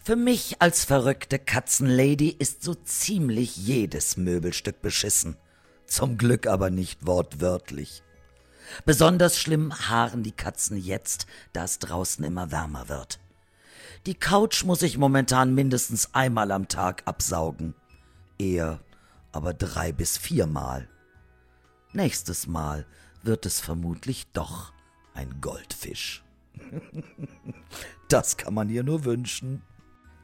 Speaker 4: Für mich als verrückte Katzenlady ist so ziemlich jedes Möbelstück beschissen. Zum Glück aber nicht wortwörtlich. Besonders schlimm haaren die Katzen jetzt, da es draußen immer wärmer wird. Die Couch muss ich momentan mindestens einmal am Tag absaugen. Eher aber drei bis viermal. Nächstes Mal wird es vermutlich doch ein Goldfisch. das kann man ihr nur wünschen.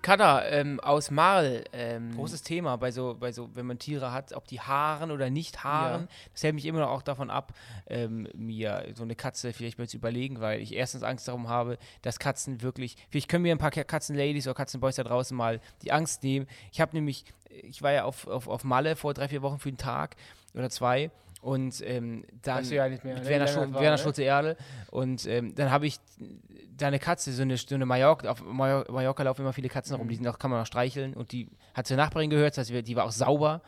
Speaker 2: Kada ähm, aus Marl. Ähm,
Speaker 3: Großes Thema bei so, bei so, wenn man Tiere hat, ob die haaren oder nicht haaren. Das hält mich immer noch auch davon ab, ähm, mir so eine Katze vielleicht mal zu überlegen, weil ich erstens Angst darum habe, dass Katzen wirklich, vielleicht können mir ein paar Ka- Katzenladies oder Katzenboys da draußen mal die Angst nehmen. Ich habe nämlich, ich war ja auf, auf, auf Malle vor drei, vier Wochen für einen Tag oder zwei. Und ähm, dann
Speaker 2: Weißt du ja nicht mehr,
Speaker 3: mit
Speaker 2: ne?
Speaker 3: Werner,
Speaker 2: Wie lange
Speaker 3: Schu
Speaker 2: das war,
Speaker 3: Werner
Speaker 2: ne?
Speaker 3: Schulze Erde. Und ähm, dann habe ich deine Katze, so eine, so eine Mallorca, auf Major- Mallorca laufen immer viele Katzen
Speaker 2: Mhm.
Speaker 3: rum, die sind auch, kann man auch streicheln. Und die hat zur Nachbarin gehört, das heißt, wir- die war auch sauber.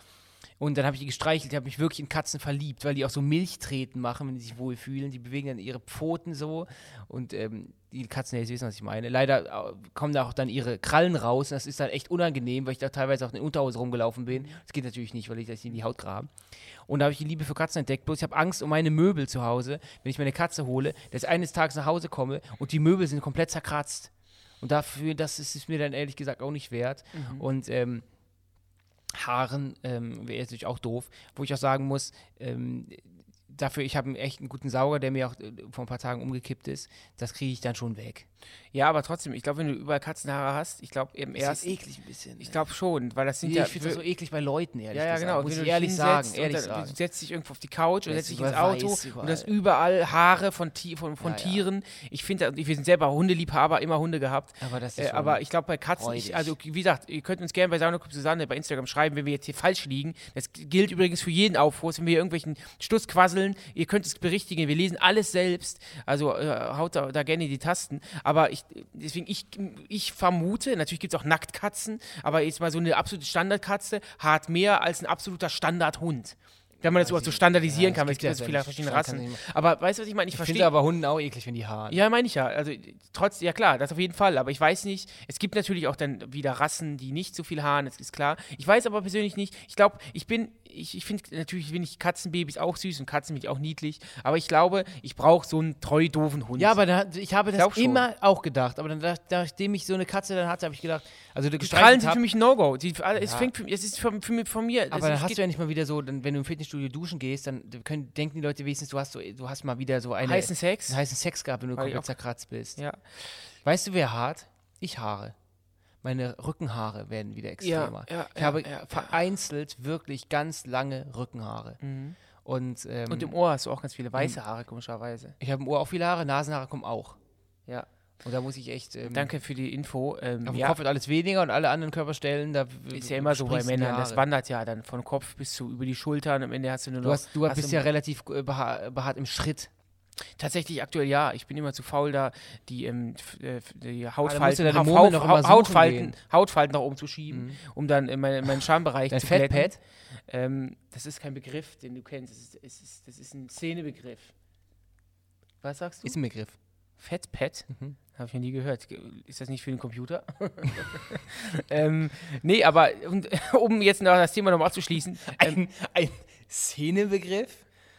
Speaker 3: Und dann habe ich die gestreichelt, die habe mich wirklich in Katzen verliebt, weil die auch so Milchtreten machen, wenn die sich wohlfühlen. Die bewegen dann ihre Pfoten so. Und ähm, die Katzen, die wissen, was ich meine. Leider äh, kommen da auch dann ihre Krallen raus. Und das ist dann echt unangenehm, weil ich da teilweise auch in Unterhose rumgelaufen bin. Das geht natürlich nicht, weil ich das in die Haut graben. Und da habe ich die Liebe für Katzen entdeckt. Bloß ich habe Angst um meine Möbel zu Hause, wenn ich meine Katze hole, dass ich eines Tages nach Hause komme und die Möbel sind komplett zerkratzt. Und dafür, das ist es mir dann ehrlich gesagt auch nicht wert. Und ähm, Haaren ähm, wäre jetzt natürlich auch doof, wo ich auch sagen muss, ähm, dafür, ich habe einen echt einen guten Sauger, der mir auch äh, vor ein paar Tagen umgekippt ist. Das kriege ich dann schon weg.
Speaker 2: Ja, aber trotzdem, ich glaube, wenn du überall Katzenhaare hast, ich glaube im ersten.
Speaker 3: eklig ein bisschen. ne?
Speaker 2: Ich glaube schon, weil das sind
Speaker 3: eh- nee,
Speaker 2: ja.
Speaker 3: ich finde das so eklig bei Leuten, ehrlich
Speaker 2: ja, ja,
Speaker 3: gesagt.
Speaker 2: genau.
Speaker 3: Muss
Speaker 2: Wenn
Speaker 3: ich
Speaker 2: du dich
Speaker 3: ehrlich sagen,
Speaker 2: hinsetzt und
Speaker 3: ehrlich
Speaker 2: dann-
Speaker 3: sagen.
Speaker 2: Du setzt dich irgendwo auf die Couch oder
Speaker 3: Ja,
Speaker 2: setzt
Speaker 3: ist
Speaker 2: dich ins
Speaker 3: überall
Speaker 2: Auto
Speaker 3: weiß,
Speaker 2: und das
Speaker 3: überall.
Speaker 2: überall Haare von, Ti- von, von
Speaker 3: Ja, ja.
Speaker 2: Tieren. Ich finde, also, wir sind selber Hundeliebhaber, immer Hunde gehabt.
Speaker 3: Aber das ist
Speaker 2: äh,
Speaker 3: schon
Speaker 2: aber ich glaube, bei Katzen, ich,
Speaker 3: räudig.
Speaker 2: also wie gesagt, ihr könnt uns gerne bei Sauna Club Susanne bei Instagram schreiben, wenn wir jetzt hier falsch liegen. Das gilt übrigens für jeden Aufruf, wenn wir hier irgendwelchen Stuss quasseln. Ihr könnt es berichtigen, wir lesen alles selbst. Also äh, haut da, da gerne in die Tasten. Aber ich, deswegen, ich, ich vermute, natürlich gibt es auch Nacktkatzen, aber jetzt mal so eine absolute Standardkatze hat mehr als ein absoluter Standardhund. Wenn man das überhaupt so standardisieren
Speaker 3: ja,
Speaker 2: kann, weil es
Speaker 3: es
Speaker 2: gibt ja
Speaker 3: gibt
Speaker 2: so
Speaker 3: ja
Speaker 2: viele verschiedene
Speaker 3: nicht- man kann
Speaker 2: Rassen.
Speaker 3: nicht
Speaker 2: Aber weißt du, was ich meine? Ich
Speaker 3: Ich
Speaker 2: verstehe.
Speaker 3: finde aber Hunden auch eklig, wenn die Haaren.
Speaker 2: Ja, meine ich ja. Also trotz, ja klar, das auf jeden Fall. Aber ich weiß nicht, es gibt natürlich auch dann wieder Rassen, die nicht so viel Haaren, das ist klar. Ich weiß aber persönlich nicht, ich glaube, ich bin, ich, ich finde natürlich finde ich Katzenbabys auch süß und Katzen finde ich auch niedlich, aber ich glaube, ich brauche so einen treu doofen Hund.
Speaker 3: Ja, aber da, ich habe das
Speaker 2: Glaub schon.
Speaker 3: immer auch gedacht. Aber dann, dacht- nachdem ich so eine Katze dann hatte, habe ich gedacht, also du
Speaker 2: die Strahlen
Speaker 3: gestreichelt
Speaker 2: sind
Speaker 3: hab,
Speaker 2: für mich ein No-Go. Die- ah, Es
Speaker 3: Ja.
Speaker 2: fängt für, es ist für, für, von mir.
Speaker 3: aber
Speaker 2: es,
Speaker 3: dann
Speaker 2: es
Speaker 3: hast
Speaker 2: geht-
Speaker 3: du ja nicht mal wieder so, dann, wenn du im Fitnessstudio duschen gehst, dann können, denken die Leute wenigstens, du hast, so, du hast mal wieder so eine,
Speaker 2: heißen Sex.
Speaker 3: einen heißen Sex gehabt, wenn du
Speaker 2: Weil ich
Speaker 3: komplett
Speaker 2: auch-
Speaker 3: zerkratzt bist.
Speaker 2: Ja.
Speaker 3: Weißt du, wer hart? Ich haare. Meine Rückenhaare werden wieder extremer.
Speaker 2: ja,
Speaker 3: ich
Speaker 2: ja,
Speaker 3: habe
Speaker 2: ja, ja.
Speaker 3: vereinzelt wirklich ganz lange Rückenhaare. Und, ähm,
Speaker 2: Mhm. Und im Ohr hast du auch ganz viele weiße Haare, komischerweise.
Speaker 3: ich habe im Ohr auch viele Haare, Nasenhaare kommen auch.
Speaker 2: Ja.
Speaker 3: Und da muss ich echt. Ähm,
Speaker 2: Danke für die Info. Ähm,
Speaker 3: Auf dem
Speaker 2: ja,
Speaker 3: Kopf wird alles weniger und alle anderen Körperstellen, da
Speaker 2: ist ja immer so bei
Speaker 3: sprießen die
Speaker 2: Männern. Das
Speaker 3: Haare.
Speaker 2: wandert ja dann von Kopf bis zu über die Schultern. Am Ende hast du nur noch.
Speaker 3: Du, hast, du bist
Speaker 2: im-
Speaker 3: ja relativ äh, beha behaart im Schritt.
Speaker 2: Tatsächlich aktuell ja. Ich bin immer zu faul da, die, ähm, f- äh, f- die
Speaker 3: Ah, musst du
Speaker 2: Hautfalten,
Speaker 3: deine
Speaker 2: Hau-
Speaker 3: Murmel
Speaker 2: Hau-
Speaker 3: noch
Speaker 2: Hau-
Speaker 3: immer suchen
Speaker 2: Hautfalten,
Speaker 3: gehen. Mhm.
Speaker 2: Hautfalten nach oben zu schieben, um dann äh, mein, meinen Schambereich
Speaker 3: Dein
Speaker 2: zu glätten.
Speaker 3: Fatpad?
Speaker 2: Ähm, das ist kein Begriff, den du kennst. Das ist, es ist, das ist ein Szenebegriff. Was sagst du?
Speaker 3: Ist ein Begriff. Mhm.
Speaker 2: Fatpad? Habe ich noch nie gehört. Ge- Ist das nicht für den Computer? ähm, nee, aber und, um jetzt noch das Thema nochmal abzuschließen, ähm,
Speaker 3: ein Szenebegriff?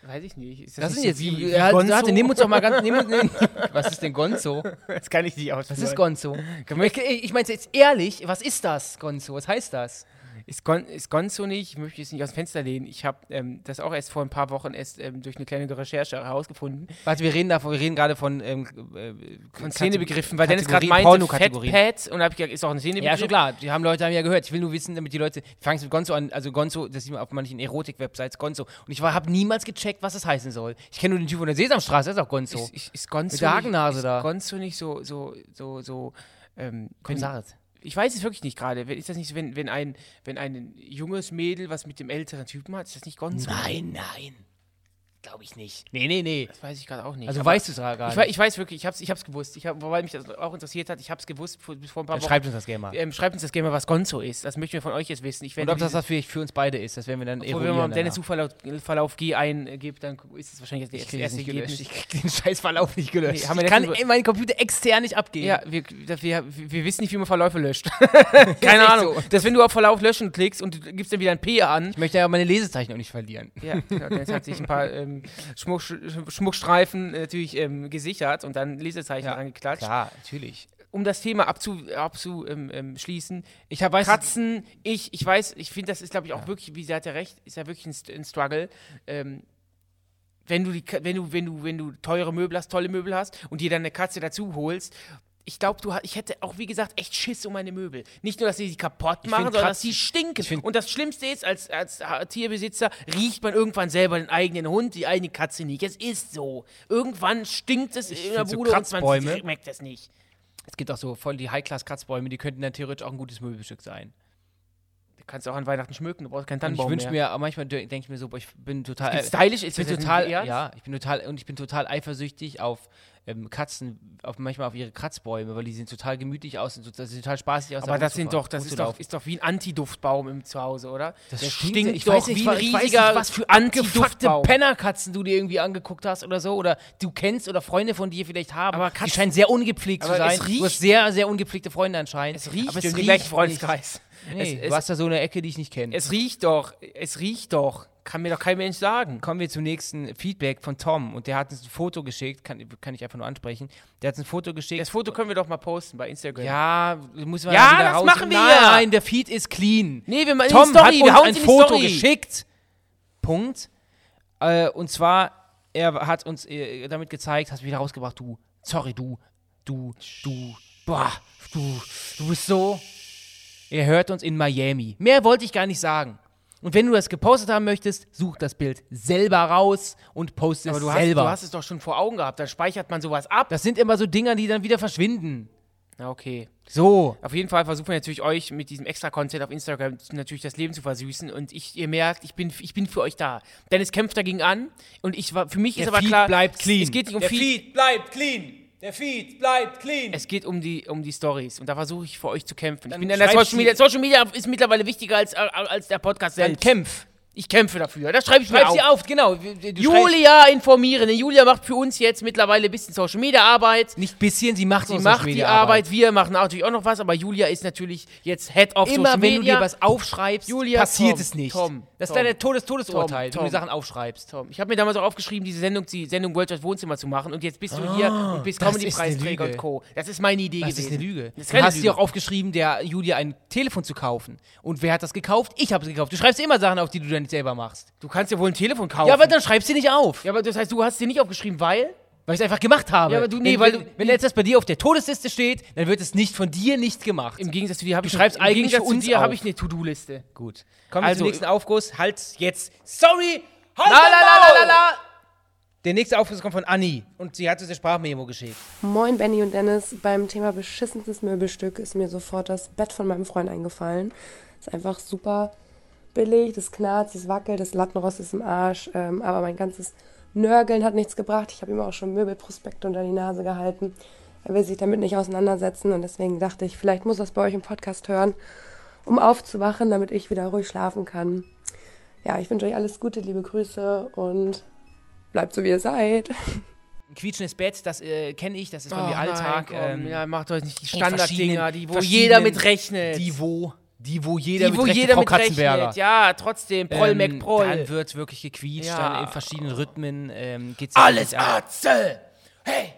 Speaker 2: weiß ich nicht. Ist
Speaker 3: Das,
Speaker 2: nicht
Speaker 3: sind
Speaker 2: so
Speaker 3: jetzt
Speaker 2: wie-
Speaker 3: die.
Speaker 2: wie
Speaker 3: Ja,
Speaker 2: Gonzo?
Speaker 3: warte, nimm uns doch mal ganz. Nimm, uns- nimm, was ist denn Gonzo?
Speaker 2: Das kann ich nicht ausführen.
Speaker 3: Was ist Gonzo? Ich, ich meine jetzt ehrlich, was ist das, Gonzo? Was heißt das?
Speaker 2: Ist, Gon ist Gonzo nicht, ich möchte jetzt nicht aus dem Fenster lehnen. Ich habe ähm, das auch erst vor ein paar Wochen erst ähm, durch eine kleine Recherche herausgefunden.
Speaker 3: Warte, wir reden davon, wir reden gerade von. Ähm, äh,
Speaker 2: Von
Speaker 3: Kate-
Speaker 2: Szenebegriffen, weil Dennis gerade
Speaker 3: Kategorien,
Speaker 2: meinte,
Speaker 3: Pornokategorien.
Speaker 2: Fatpads und habe ich gesagt, ist auch ein Szenebegriff.
Speaker 3: Ja, schon klar. Die haben Leute haben ja gehört. Ich will nur wissen, damit die Leute. Ich fange mit Gonzo an. Also Gonzo, das sieht man auf manchen Erotik-Websites Gonzo. Und ich habe niemals gecheckt, was das heißen soll. Ich kenne nur den Typ von der Sesamstraße, das ist auch Gonzo.
Speaker 2: Ist, ist, ist Gonzo
Speaker 3: Mit der
Speaker 2: nicht-
Speaker 3: Hakennase
Speaker 2: ist
Speaker 3: da.
Speaker 2: Gonzo nicht so, so, so, so, ähm, wenn-
Speaker 3: Konzert.
Speaker 2: ich weiß es wirklich nicht gerade. Wenn- Ist das nicht so, wenn, wenn, ein, wenn ein junges Mädel was mit dem älteren Typen hat, ist das nicht Gonzo?
Speaker 3: Nein, nein. Glaube ich nicht. Nee, nee, nee.
Speaker 2: Das weiß ich gerade auch nicht.
Speaker 3: Also
Speaker 2: Aber
Speaker 3: weißt du es gerade gar
Speaker 2: ich,
Speaker 3: nicht.
Speaker 2: wei- ich weiß wirklich, ich habe es ich hab's gewusst. Ich hab, weil mich das auch interessiert hat, ich habe es gewusst vor, vor ein paar
Speaker 3: Dann
Speaker 2: Wochen.
Speaker 3: schreibt uns das gerne mal.
Speaker 2: Ähm, schreibt uns das gerne mal, was Gonzo ist. Das möchten wir von euch jetzt wissen. Ich
Speaker 3: Und
Speaker 2: werde
Speaker 3: ob das
Speaker 2: diese-
Speaker 3: was für, für uns beide ist, das werden wir dann
Speaker 2: obwohl, wenn man
Speaker 3: eruieren.
Speaker 2: Dennis
Speaker 3: danach.
Speaker 2: Suchverlauf Verlauf G eingibt, dann ist es wahrscheinlich das
Speaker 3: Ich
Speaker 2: erste,
Speaker 3: krieg das
Speaker 2: erste
Speaker 3: nicht
Speaker 2: Ergebnis.
Speaker 3: gelöscht. Ich krieg den scheiß Verlauf nicht gelöscht.
Speaker 2: Nee, haben wir
Speaker 3: ich kann
Speaker 2: letztens
Speaker 3: ey, meinen Computer extern nicht abgeben.
Speaker 2: Ja, wir, das, wir, wir wissen nicht, wie man Verläufe löscht. Keine
Speaker 3: echt
Speaker 2: Ahnung.
Speaker 3: so.
Speaker 2: Dass wenn du auf Verlauf löschen klickst und du gibst dann wieder ein P an.
Speaker 3: Ich möchte ja meine Lesezeichen auch nicht verlieren.
Speaker 2: Ja, genau, Dennis hat sich ein paar ähm, Schmuck, Schmuckstreifen natürlich ähm, gesichert und dann Lesezeichen
Speaker 3: Ja,
Speaker 2: rangeklatscht.
Speaker 3: Klar, natürlich.
Speaker 2: Um das Thema abzu, abzu, ähm, ähm, schließen,
Speaker 3: Ich habe weiß
Speaker 2: Katzen, ich, ich weiß, ich finde, das ist, glaube ich, auch wirklich, wie sie hat ja recht, ist ja wirklich ein, St- ein Struggle. Ähm, wenn du die, Ka- wenn du, wenn du, wenn du teure Möbel hast, tolle Möbel hast und dir dann eine Katze dazu holst, ich glaube, du, ha- ich hätte auch, wie gesagt, echt Schiss um meine Möbel. Nicht nur, dass sie sie kaputt machen,
Speaker 3: find
Speaker 2: sondern dass
Speaker 3: Katzen-
Speaker 2: sie stinken.
Speaker 3: find-
Speaker 2: Und das Schlimmste ist, als, als Ha- Tierbesitzer riecht man irgendwann selber den eigenen Hund, die eigene Katze nicht. Es ist so. Irgendwann stinkt es in der
Speaker 3: find so
Speaker 2: Bude und man
Speaker 3: Kratzbäume-
Speaker 2: schmeckt es nicht.
Speaker 3: Es gibt auch so voll die High-Class-Kratzbäume, die könnten dann theoretisch auch ein gutes Möbelstück sein.
Speaker 2: Du kannst auch an Weihnachten schmücken, du brauchst keinen
Speaker 3: Und ich
Speaker 2: Tannenbaum
Speaker 3: wünsche
Speaker 2: mehr.
Speaker 3: mir, aber manchmal denke ich mir so, boah, ich bin total.
Speaker 2: Gibt's stylisch ist
Speaker 3: ich bin
Speaker 2: das jetzt
Speaker 3: total,
Speaker 2: nicht ernst?
Speaker 3: ja, ich bin total und ich bin total eifersüchtig auf ähm, Katzen, auf manchmal auf ihre Kratzbäume, weil die sehen total gemütlich aus und so, das sieht total spaßig aus.
Speaker 2: Aber das sind doch, das ist doch,
Speaker 3: Das
Speaker 2: ist doch wie ein Antiduftbaum im Zuhause, oder?
Speaker 3: Das
Speaker 2: Der
Speaker 3: stinkt,
Speaker 2: stinkt
Speaker 3: ich
Speaker 2: doch
Speaker 3: weiß nicht,
Speaker 2: wie
Speaker 3: wa-
Speaker 2: ein
Speaker 3: ich weiß
Speaker 2: riesiger
Speaker 3: nicht, was für
Speaker 2: Antiduftbaum.
Speaker 3: gefuckte Pennerkatzen du dir irgendwie angeguckt hast oder so oder du kennst oder Freunde von dir vielleicht haben.
Speaker 2: Aber
Speaker 3: die
Speaker 2: Katzen-
Speaker 3: scheinen sehr ungepflegt zu
Speaker 2: Aber es
Speaker 3: sein.
Speaker 2: riecht-
Speaker 3: du hast sehr, sehr ungepflegte Freunde anscheinend.
Speaker 2: es riecht
Speaker 3: aber
Speaker 2: im
Speaker 3: es
Speaker 2: gleichen
Speaker 3: riecht nicht.
Speaker 2: Freundeskreis.
Speaker 3: Nee,
Speaker 2: es,
Speaker 3: du
Speaker 2: es,
Speaker 3: hast da so eine Ecke, die ich nicht kenne.
Speaker 2: es riecht doch, es riecht doch. Kann mir doch kein Mensch sagen.
Speaker 3: Kommen wir zum nächsten Feedback von Tom. Und der hat uns ein Foto geschickt, kann, kann ich einfach nur ansprechen. Der hat uns ein Foto geschickt.
Speaker 2: Das Foto können wir doch mal posten bei Instagram.
Speaker 3: ja, muss man
Speaker 2: Ja,
Speaker 3: wieder
Speaker 2: das
Speaker 3: raus.
Speaker 2: machen wir!
Speaker 3: Nein, nein, der Feed ist clean.
Speaker 2: Nee, wir machen Äh,
Speaker 3: Tom
Speaker 2: Story,
Speaker 3: hat uns
Speaker 2: wir hauen's
Speaker 3: ein
Speaker 2: in die
Speaker 3: Foto
Speaker 2: Story.
Speaker 3: geschickt. Punkt. Äh, und zwar, er hat uns äh, damit gezeigt, hast mich wieder rausgebracht, du, sorry, du, du, du, boah, du, du bist so. Er hört uns in Miami. Mehr wollte ich gar nicht sagen. Und wenn du das gepostet haben möchtest, such das Bild selber raus und poste
Speaker 2: Aber
Speaker 3: es
Speaker 2: du hast,
Speaker 3: selber.
Speaker 2: du hast es doch schon vor Augen gehabt, dann speichert man sowas ab.
Speaker 3: das sind immer so Dinger, die dann wieder verschwinden.
Speaker 2: Na, okay.
Speaker 3: So.
Speaker 2: Auf jeden Fall versuchen wir natürlich euch mit diesem extra Content auf Instagram natürlich das Leben zu versüßen. Und ich, ihr merkt, ich bin, ich bin für euch da. Dennis kämpft dagegen an. Und ich war, für mich ist
Speaker 3: Der
Speaker 2: aber
Speaker 3: Feed
Speaker 2: klar,
Speaker 3: bleibt
Speaker 2: es-
Speaker 3: clean.
Speaker 2: es geht nicht um
Speaker 3: Der
Speaker 2: Feed.
Speaker 3: bleibt clean. Der Feed bleibt clean.
Speaker 2: Es geht um die, um die Stories und da versuche ich für euch zu kämpfen.
Speaker 3: Dann
Speaker 2: ich bin in der
Speaker 3: schreib
Speaker 2: Social
Speaker 3: sie-
Speaker 2: Media. Social Media ist mittlerweile wichtiger als, als der Podcast
Speaker 3: Dann
Speaker 2: selbst.
Speaker 3: kämpf.
Speaker 2: ich kämpfe dafür. Da schreibe ich mir
Speaker 3: Schreib
Speaker 2: auf.
Speaker 3: sie auf, genau. Du schreibst-
Speaker 2: Julia informieren. Denn Julia macht für uns jetzt mittlerweile ein bisschen Social Media Arbeit.
Speaker 3: Nicht bisschen, sie macht
Speaker 2: Sie
Speaker 3: unsere
Speaker 2: macht die Arbeit.
Speaker 3: Social-Media-Arbeit.
Speaker 2: wir machen natürlich auch noch was, aber Julia ist natürlich jetzt Head of
Speaker 3: Immer
Speaker 2: Social
Speaker 3: wenn
Speaker 2: Media.
Speaker 3: du dir was aufschreibst,
Speaker 2: Julia,
Speaker 3: passiert
Speaker 2: Tom,
Speaker 3: es nicht.
Speaker 2: Tom,
Speaker 3: Das ist
Speaker 2: Tom.
Speaker 3: dein Todes Todesurteil, wenn
Speaker 2: Tom.
Speaker 3: du die Sachen aufschreibst.
Speaker 2: Tom, ich habe mir damals auch aufgeschrieben, diese Sendung, die Sendung World Wide Wohnzimmer zu machen und jetzt bist du hier und bist
Speaker 3: Ah, das ist
Speaker 2: Comedy-Preisträger
Speaker 3: eine
Speaker 2: und
Speaker 3: Lüge.
Speaker 2: Co. Das ist meine Idee
Speaker 3: Das
Speaker 2: gewesen.
Speaker 3: ist eine Lüge.
Speaker 2: Das ist
Speaker 3: du
Speaker 2: keine
Speaker 3: hast
Speaker 2: Lüge.
Speaker 3: dir auch aufgeschrieben, der Julia ein Telefon zu kaufen. Und wer hat das gekauft? Ich habe es gekauft. Du schreibst immer Sachen auf, die du dann nicht selber machst.
Speaker 2: du kannst dir wohl ein Telefon kaufen.
Speaker 3: Ja, aber dann schreibst du nicht auf.
Speaker 2: Ja, aber das heißt, du hast dir nicht aufgeschrieben, weil?
Speaker 3: Weil ich es einfach gemacht habe.
Speaker 2: Ja, aber du- nee,
Speaker 3: wenn,
Speaker 2: weil du-
Speaker 3: wenn, wenn jetzt das bei dir auf der Todesliste steht, dann wird es nicht von dir nicht gemacht.
Speaker 2: Im Gegensatz zu dir habe ich
Speaker 3: schreibst
Speaker 2: im
Speaker 3: eigentlich
Speaker 2: Gegensatz
Speaker 3: für
Speaker 2: zu
Speaker 3: uns
Speaker 2: dir habe
Speaker 3: auf.
Speaker 2: ich eine To-Do-Liste.
Speaker 3: Gut. Kommen wir
Speaker 2: Also-
Speaker 3: zum nächsten Aufguss. Halt jetzt. Sorry! Halt
Speaker 2: La, la, la, la, la, la.
Speaker 3: Der nächste Aufguss kommt von Anni. Und sie hat uns eine Sprachmemo geschickt.
Speaker 5: Moin Benny und Dennis. Beim Thema beschissenstes Möbelstück ist mir sofort das Bett von meinem Freund eingefallen. Ist einfach super billig, das knarzt, das wackelt, das Lattenrost ist im Arsch, ähm, aber mein ganzes Nörgeln hat nichts gebracht. Ich habe ihm auch schon Möbelprospekte unter die Nase gehalten. Er will sich damit nicht auseinandersetzen und deswegen dachte ich, vielleicht muss er es bei euch im Podcast hören, um aufzuwachen, damit ich wieder ruhig schlafen kann. Ja, ich wünsche euch alles Gute, liebe Grüße und bleibt so wie ihr seid.
Speaker 3: Ein quietschendes Bett, das äh, kenne ich, das ist bei
Speaker 2: Oh
Speaker 3: mir
Speaker 2: nein,
Speaker 3: Alltag.
Speaker 2: komm,
Speaker 3: ähm,
Speaker 2: ja, macht euch nicht die
Speaker 3: in
Speaker 2: Standarddinger,
Speaker 3: verschiedenen-
Speaker 2: die wo
Speaker 3: verschiedenen-
Speaker 2: jeder mit rechnet.
Speaker 3: Die wo, die wo jeder
Speaker 2: die
Speaker 3: mit
Speaker 2: wo
Speaker 3: rechnet,
Speaker 2: jeder
Speaker 3: Frau
Speaker 2: mit
Speaker 3: Katzenberger.
Speaker 2: rechnet. Ja, trotzdem. Proll,
Speaker 3: Ähm,
Speaker 2: Mac, Proll.
Speaker 3: Dann wird wirklich gequietscht,
Speaker 2: Ja.
Speaker 3: dann in verschiedenen Rhythmen. Ähm, geht's
Speaker 2: Alles
Speaker 3: ab.
Speaker 2: Atze! Hey!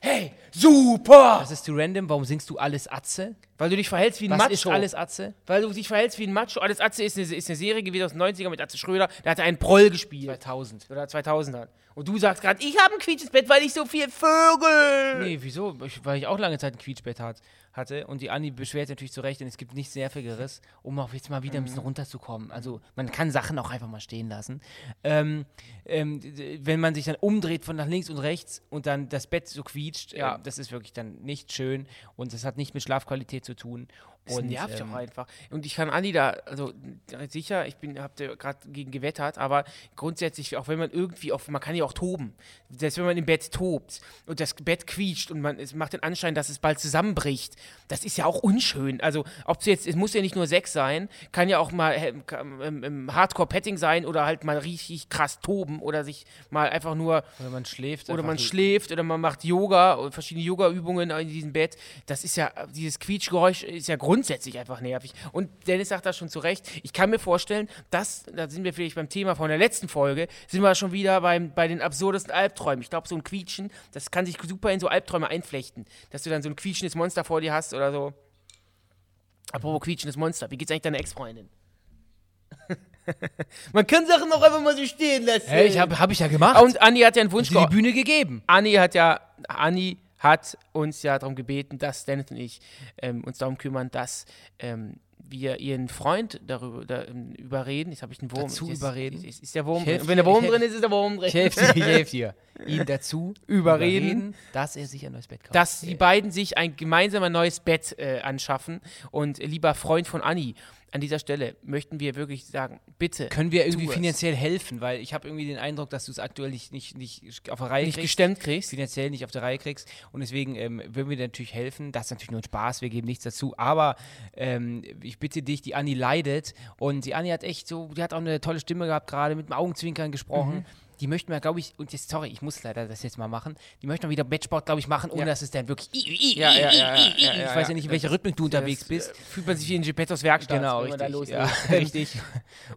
Speaker 2: Hey! Super!
Speaker 3: Das ist zu random. Warum singst du alles Atze?
Speaker 2: Weil du dich verhältst wie ein
Speaker 3: Was
Speaker 2: Macho.
Speaker 3: ist alles Atze?
Speaker 2: Weil du dich verhältst wie ein Macho. Alles Atze ist eine, ist eine Serie gewesen aus den 90ern mit Atze Schröder. Da hat er einen Proll gespielt.
Speaker 3: 2000.
Speaker 2: Oder 2000ern. Und du sagst gerade, ich habe ein quietsches Bett, weil ich so viel Vögel.
Speaker 3: Nee, wieso? Ich, weil ich auch lange Zeit ein Quietschbett hat, hatte. Und die Anni beschwert sich natürlich zu Recht, denn es gibt nichts Nervigeres, um auch jetzt mal wieder ein bisschen runterzukommen. Also man kann Sachen auch einfach mal stehen lassen. Ähm, ähm, d- d- wenn man sich dann umdreht von nach links und rechts und dann das Bett so quietscht,
Speaker 2: Ja.
Speaker 3: ähm, das ist wirklich dann nicht schön und das hat nicht mit Schlafqualität zu tun.
Speaker 2: Das
Speaker 3: und,
Speaker 2: nervt
Speaker 3: ähm,
Speaker 2: doch einfach. Und ich kann Andi da, also da- sicher, ich bin, hab da gerade gegen gewettert, aber grundsätzlich, auch wenn man irgendwie auf, man kann ja auch toben. Selbst wenn man im Bett tobt und das Bett quietscht und man es macht den Anschein, dass es bald zusammenbricht, das ist ja auch unschön. Also ob es jetzt, es muss ja nicht nur Sex sein, kann ja auch mal äh, kann, ähm, ähm, Hardcore-Petting sein oder halt mal richtig krass toben oder sich mal einfach nur
Speaker 3: Oder man schläft.
Speaker 2: oder
Speaker 3: einfach
Speaker 2: man
Speaker 3: so.
Speaker 2: schläft oder man macht Yoga und verschiedene Yoga-Übungen in diesem Bett. Das ist ja, dieses Quietschgeräusch ist ja grundsätzlich einfach nervig. Und Dennis sagt da schon zu Recht, ich kann mir vorstellen, dass, da sind wir vielleicht beim Thema von der letzten Folge, sind wir schon wieder beim, bei den absurdesten Albträumen. Ich glaube, so ein Quietschen, das kann sich super in so Albträume einflechten, dass du dann so ein quietschendes Monster vor dir hast oder so. Apropos quietschendes Monster, wie geht's eigentlich deiner Ex-Freundin? Man kann Sachen auch einfach mal so stehen lassen.
Speaker 3: Hey, ich habe hab ich ja gemacht.
Speaker 2: Und Ah, Andi hat ja einen Wunsch
Speaker 3: sie die
Speaker 2: geäußert.
Speaker 3: Bühne gegeben.
Speaker 2: Anni hat ja, Anni hat uns ja darum gebeten, dass Dennis und ich ähm, uns darum kümmern, dass ähm, wir ihren Freund darüber da, ähm, überreden. Jetzt habe ich den Wurm.
Speaker 3: Dazu
Speaker 2: jetzt,
Speaker 3: überreden?
Speaker 2: Ist, ist, ist der Wurm
Speaker 3: Ich
Speaker 2: drin.
Speaker 3: helf
Speaker 2: Wenn der Wurm
Speaker 3: dir, ich
Speaker 2: drin ist, ist der Wurm drin.
Speaker 3: Ich helfe dir, ich helfe dir. Ihn dazu
Speaker 2: Überreden.
Speaker 3: dass er sich ein neues Bett kauft.
Speaker 2: dass die beiden sich ein gemeinsam ein neues Bett äh, anschaffen. Und äh, lieber Freund von Anni, an dieser Stelle möchten wir wirklich sagen, bitte.
Speaker 3: Können wir irgendwie
Speaker 2: Tu es.
Speaker 3: finanziell helfen? Weil ich habe irgendwie den Eindruck, dass du es aktuell nicht, nicht, nicht auf der Reihe
Speaker 2: nicht
Speaker 3: kriegst.
Speaker 2: gestemmt kriegst.
Speaker 3: finanziell nicht auf der Reihe kriegst. Und deswegen ähm, würden wir dir natürlich helfen. Das ist natürlich nur ein Spaß, wir geben nichts dazu. Aber ähm, ich bitte dich, die Anni leidet. Und die Anni hat echt so, die hat auch eine tolle Stimme gehabt, gerade mit dem Augenzwinkern gesprochen.
Speaker 2: Mhm.
Speaker 3: Die möchten wir, glaube ich, und jetzt, sorry, ich muss leider das jetzt mal machen. Die möchten wir wieder Bettsport, glaube ich, machen, ohne
Speaker 2: Ja.
Speaker 3: dass es dann wirklich.
Speaker 2: Ja, ja, ja, ja, ja,
Speaker 3: ich
Speaker 2: ja,
Speaker 3: weiß
Speaker 2: ja.
Speaker 3: ja nicht, in welcher Rhythmik du unterwegs bist.
Speaker 2: äh, Fühlt man sich wie in Geppettos Werkstatt,
Speaker 3: Genau,
Speaker 2: wenn man da
Speaker 3: richtig.
Speaker 2: loslegt.
Speaker 3: Ja, richtig.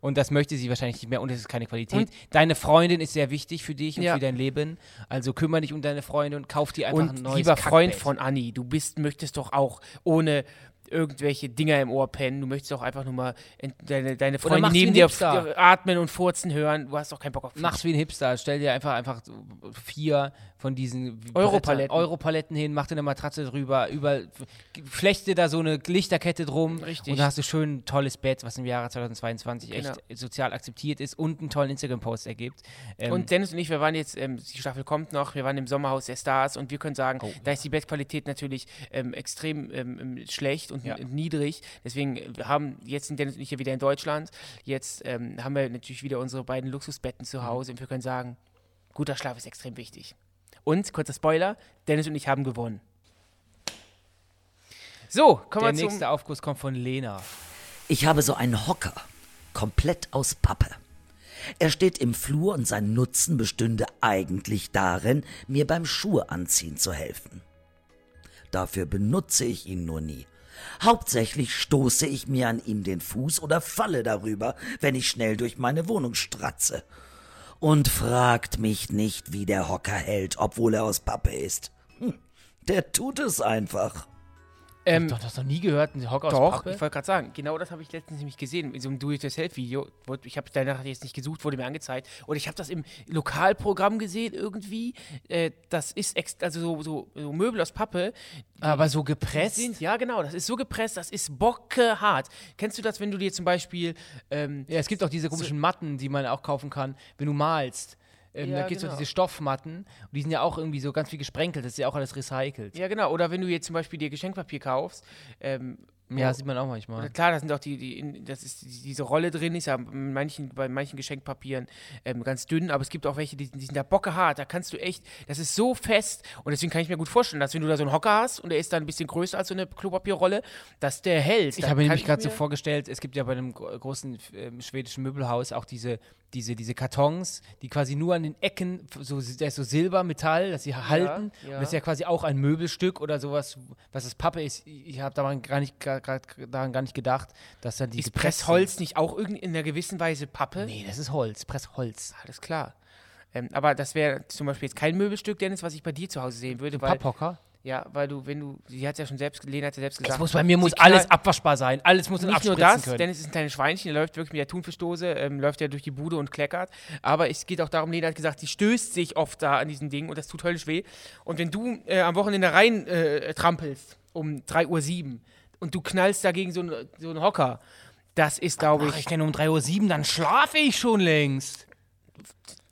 Speaker 3: Und das möchte sie wahrscheinlich nicht mehr und es ist keine Qualität.
Speaker 2: Und-
Speaker 3: deine Freundin ist sehr wichtig für dich und
Speaker 2: Ja.
Speaker 3: für dein Leben. Also kümmere dich um deine Freundin und kauf dir einfach ein
Speaker 2: Und
Speaker 3: neues
Speaker 2: lieber Freund
Speaker 3: Kackbett.
Speaker 2: von Anni, du bist, möchtest doch auch ohne irgendwelche Dinger im Ohr pennen. Du möchtest doch einfach nur mal ent- deine, deine Freunde
Speaker 3: mach's wie
Speaker 2: neben
Speaker 3: ein
Speaker 2: dir f-
Speaker 3: Hipster.
Speaker 2: atmen und furzen hören. Du hast doch keinen Bock auf
Speaker 3: Mach's wie ein Hipster. Stell dir einfach einfach so vier von diesen Brettern-
Speaker 2: Europaletten.
Speaker 3: Europaletten hin, mach dir eine Matratze drüber, über, flecht dir da so eine Lichterkette drum.
Speaker 2: Richtig.
Speaker 3: Und dann hast du schön ein tolles Bett, was im Jahre 2022
Speaker 2: Genau.
Speaker 3: echt sozial akzeptiert ist und einen tollen Instagram-Post ergibt. Ähm,
Speaker 2: Und Dennis und ich, wir waren jetzt, ähm, die Staffel kommt noch, wir waren im Sommerhaus der Stars und wir können sagen,
Speaker 3: Oh,
Speaker 2: da ist die Bettqualität natürlich ähm, extrem ähm, ähm, schlecht und
Speaker 3: Ja.
Speaker 2: n- niedrig. Deswegen äh, wir haben jetzt sind Dennis und ich ja wieder in Deutschland. Jetzt ähm, haben wir natürlich wieder unsere beiden Luxusbetten
Speaker 3: Mhm.
Speaker 2: zu Hause und wir können sagen, guter Schlaf ist extrem wichtig. Und, kurzer Spoiler, Dennis und ich haben gewonnen. So,
Speaker 3: der
Speaker 2: kommen wir zum...
Speaker 3: nächste Aufguss kommt von Lena.
Speaker 4: Ich habe so einen Hocker, komplett aus Pappe. Er steht im Flur und sein Nutzen bestünde eigentlich darin, mir beim Schuhe anziehen zu helfen. Dafür benutze ich ihn nur nie. Hauptsächlich stoße ich mir an ihm den Fuß oder falle darüber, wenn ich schnell durch meine Wohnung stratze. Und fragt mich nicht, wie der Hocker hält, obwohl er aus Pappe ist. Hm, der tut es einfach.
Speaker 3: Ähm, doch, das noch nie gehört, ein Hock aus
Speaker 2: Doch,
Speaker 3: Oh, Pappe.
Speaker 2: ich wollte gerade sagen, genau das habe ich letztens nämlich gesehen, in so einem Do-it-yourself-Video. Wurde- Ich habe danach jetzt nicht gesucht, wurde mir angezeigt. Oder ich habe das im Lokalprogramm gesehen irgendwie. Äh, das ist, ex also so, so, so Möbel aus Pappe.
Speaker 3: Aber so gepresst.
Speaker 2: Sind, ja, genau, das ist so gepresst, das ist bockehart. Kennst du das, wenn du dir zum Beispiel, ähm,
Speaker 3: Ja, es gibt auch diese komischen Matten, die man auch kaufen kann, wenn du malst. Ähm,
Speaker 2: Ja,
Speaker 3: da gibt es
Speaker 2: genau.
Speaker 3: auch diese Stoffmatten und die sind ja auch irgendwie so ganz viel gesprenkelt, das ist ja auch alles recycelt.
Speaker 2: ja genau, oder wenn du jetzt zum Beispiel dir Geschenkpapier kaufst, ähm,
Speaker 3: Ja, das sieht man auch
Speaker 2: Na
Speaker 3: manchmal.
Speaker 2: klar, da sind auch die, die in, das ist die- diese Rolle drin, ist ja in manchen, bei manchen Geschenkpapieren ähm, ganz dünn, aber es gibt auch welche, die, die sind da bockehart, da kannst du echt, das ist so fest und deswegen kann ich mir gut vorstellen, dass wenn du da so einen Hocker hast und der ist dann ein bisschen größer als so eine Klopapierrolle, dass der hält.
Speaker 3: Ich
Speaker 2: Da
Speaker 3: habe mir
Speaker 2: kann
Speaker 3: nämlich gerade so
Speaker 2: mir-
Speaker 3: vorgestellt, es gibt ja bei einem gro- großen ähm, schwedischen Möbelhaus auch diese, diese, diese Kartons, die quasi nur an den Ecken, f- so, da ist so Silber, Metall, dass sie halten.
Speaker 2: ja.
Speaker 3: Und das ist ja quasi auch ein Möbelstück oder sowas, was es Pappe ist. Ich habe daran gar nicht, gar, gar, daran gar nicht gedacht, dass dann die
Speaker 2: Ist
Speaker 3: gepresst sind.
Speaker 2: Pressholz nicht auch irgend in einer gewissen Weise Pappe?
Speaker 3: Nee, das ist Holz, Pressholz.
Speaker 2: Alles klar. Ähm, aber das wäre zum Beispiel jetzt kein Möbelstück, Dennis, was ich bei dir zu Hause sehen würde, weil,
Speaker 3: Papphocker?
Speaker 2: ja, weil du, wenn du, sie hat ja schon selbst, Lena hat ja selbst gesagt,
Speaker 3: muss bei mir muss
Speaker 2: knall-
Speaker 3: alles abwaschbar sein, alles muss in
Speaker 2: nicht nur
Speaker 3: abspritzen
Speaker 2: das,
Speaker 3: können.
Speaker 2: Dennis ist ein kleines Schweinchen, der läuft wirklich mit der Thunfischdose, ähm, läuft ja durch die Bude und kleckert. Aber es geht auch darum, Lena hat gesagt, sie stößt sich oft da an diesen Dingen und das tut höllisch weh. Und wenn du äh, am Wochenende rein äh, trampelst um 3.07 Uhr und du knallst dagegen so einen so einen Hocker, das ist, glaube
Speaker 3: Mach
Speaker 2: ich,
Speaker 3: ich denn um 3.07 Uhr, dann schlafe ich schon längst.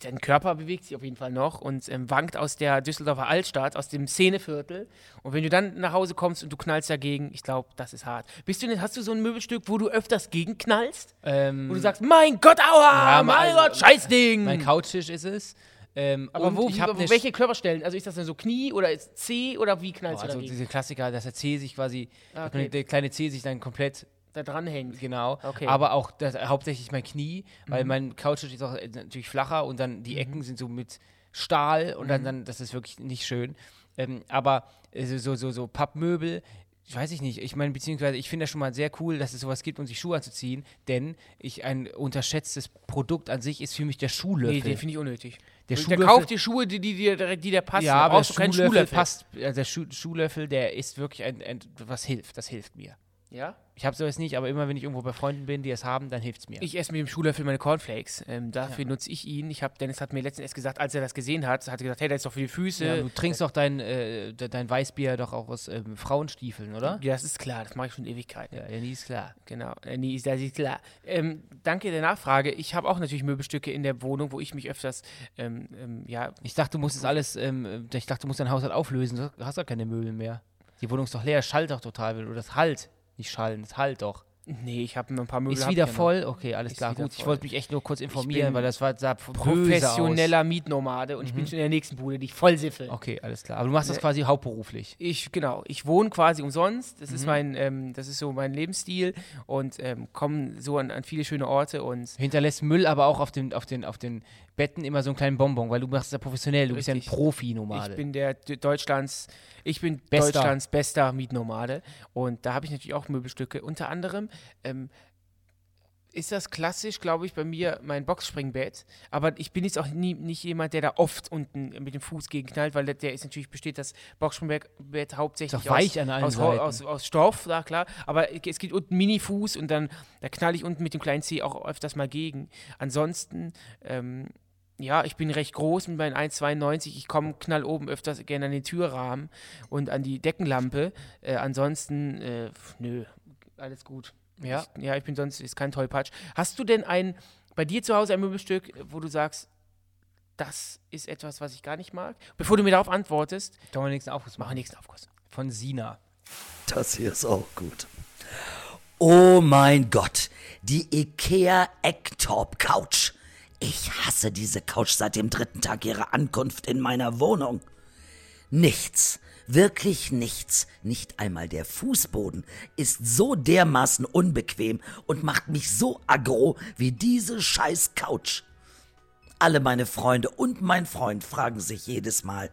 Speaker 2: dein Körper bewegt sich auf jeden Fall noch und ähm, wankt aus der Düsseldorfer Altstadt, aus dem Szeneviertel. Und wenn du dann nach Hause kommst und du knallst dagegen, ich glaube, das ist hart. Bist du denn, hast du so ein Möbelstück, wo du öfters gegenknallst?
Speaker 3: Ähm,
Speaker 2: Wo du sagst, mein Gott, aua,
Speaker 3: Ja,
Speaker 2: mein
Speaker 3: mein-
Speaker 2: Gott, Scheißding.
Speaker 3: mein Couchtisch ist es. Ähm,
Speaker 2: aber
Speaker 3: und
Speaker 2: wo,
Speaker 3: Hm. ich
Speaker 2: wie,
Speaker 3: hab
Speaker 2: wo,
Speaker 3: ne
Speaker 2: welche Körperstellen? Also ist das denn so Knie oder ist C oder wie
Speaker 3: Sch-
Speaker 2: knallst
Speaker 3: also
Speaker 2: du dagegen?
Speaker 3: diese Klassiker, dass der C sich quasi,
Speaker 2: Ah,
Speaker 3: dass man-
Speaker 2: okay.
Speaker 3: der kleine C sich dann komplett,
Speaker 2: Da dranhängt.
Speaker 3: genau,
Speaker 2: Okay. Mhm.
Speaker 3: aber auch das, hauptsächlich mein Knie, weil mein Couchtisch ist auch äh, natürlich flacher und dann die Ecken sind so mit Stahl und
Speaker 2: Mhm.
Speaker 3: dann, dann das ist wirklich nicht schön. Ähm, aber äh, so, so, so, so Pappmöbel, ich weiß ich nicht. Ich meine, beziehungsweise ich finde das schon mal sehr cool, dass es sowas gibt, um sich Schuhe anzuziehen, denn ich ein unterschätztes Produkt an sich ist für mich der Schuhlöffel.
Speaker 2: Nee, den finde ich unnötig. der
Speaker 3: Der Schuhlöffel-
Speaker 2: kauft dir Schuhe, die, die, dir direkt- die dir passen.
Speaker 3: ja,
Speaker 2: Da
Speaker 3: aber der
Speaker 2: brauchst du keinen
Speaker 3: Schuhlöffel, Schuhlöffel passt, also der Schuh, Schuhlöffel, der ist wirklich ein, ein, was hilft, das hilft mir.
Speaker 2: Ja?
Speaker 3: Ich habe sowas nicht, aber immer wenn ich irgendwo bei Freunden bin, die es haben, dann hilft es mir.
Speaker 2: Ich esse mit dem Schuhlöffel meine Cornflakes. Ähm, dafür nutze ich ihn. Ich hab, Dennis hat mir letztens erst gesagt, als er das gesehen hat, hat er gesagt, hey, das ist doch für die Füße.
Speaker 3: ja, du trinkst doch dein, äh, de- dein Weißbier doch auch aus ähm, Frauenstiefeln, oder?
Speaker 2: Ja, das ist klar, das mache ich schon Ewigkeiten.
Speaker 3: Ja, ja, nie ist klar.
Speaker 2: Genau, äh, nee, ist- das ist klar. Ähm, danke der Nachfrage. Ich habe auch natürlich Möbelstücke in der Wohnung, wo ich mich öfters ähm, ähm, ja,
Speaker 3: Ich dachte, du musst es alles, ähm, ich dachte, du musst dein Haushalt auflösen, du hast doch keine Möbel mehr. Die Wohnung ist doch leer, schallt doch total, wenn du das halt, nicht schallen, das halt doch.
Speaker 2: Nee, ich habe ein paar Möbel.
Speaker 3: ist
Speaker 2: hab
Speaker 3: wieder
Speaker 2: ich ja noch.
Speaker 3: voll? Okay, alles
Speaker 2: Ist
Speaker 3: klar,
Speaker 2: wieder
Speaker 3: gut. Ich
Speaker 2: voll.
Speaker 3: wollte mich echt nur kurz informieren,
Speaker 2: bin
Speaker 3: weil das war sah böse Mhm.
Speaker 2: Professioneller Mietnomade und ich bin schon in der nächsten Bude, die ich vollsiffel.
Speaker 3: Aus. Okay, alles klar. Aber du machst das quasi hauptberuflich.
Speaker 2: Äh, Ich, genau, ich wohne quasi umsonst. Das
Speaker 3: Mhm.
Speaker 2: ist mein, ähm, das ist so mein Lebensstil und ähm, komme so an, an viele schöne Orte und
Speaker 3: Du hinterlässt Müll aber auch auf den, auf den, auf den Betten immer so einen kleinen Bonbon, weil du machst es ja professionell, du bist ja ein
Speaker 2: Richtig.
Speaker 3: Profi-Nomade.
Speaker 2: ich bin der D Deutschlands, ich bin
Speaker 3: Bester.
Speaker 2: Deutschlands bester Mietnomade. Und da habe ich natürlich auch Möbelstücke. Unter anderem ähm, ist das klassisch, glaube ich, bei mir mein Boxspringbett. Aber ich bin jetzt auch nie, nicht jemand, der da oft unten mit dem Fuß gegenknallt, weil der- der ist natürlich besteht das Boxspringbett hauptsächlich
Speaker 3: Ist doch weich
Speaker 2: aus,
Speaker 3: an allen
Speaker 2: aus, Hol-
Speaker 3: Seiten.
Speaker 2: aus, aus Stoff, ja klar. Aber es gibt unten Mini-Fuß und dann da knall ich unten mit dem kleinen Zeh auch öfters mal gegen. Ansonsten ähm, ja, ich bin recht groß mit meinen 1,92. Ich komme knall oben öfters gerne an den Türrahmen und an die Deckenlampe. Äh, ansonsten, äh, pf, nö, alles gut.
Speaker 3: Ja.
Speaker 2: Ich, ja, ich bin sonst, ist kein Tollpatsch. Hast du denn ein, bei dir zu Hause ein Möbelstück, wo du sagst, das ist etwas, was ich gar nicht mag? Bevor du mir darauf antwortest,
Speaker 3: Können wir den nächsten Aufguss
Speaker 2: mach
Speaker 3: machen?
Speaker 2: einen nächsten Aufguss.
Speaker 3: Von Sina.
Speaker 4: Das hier ist auch gut. Oh mein Gott, die IKEA Ecktop Couch. Ich hasse diese Couch seit dem dritten Tag ihrer Ankunft in meiner Wohnung. Nichts, wirklich nichts, nicht einmal der Fußboden ist so dermaßen unbequem und macht mich so aggro wie diese scheiß Couch. Alle meine Freunde und mein Freund fragen sich jedes Mal,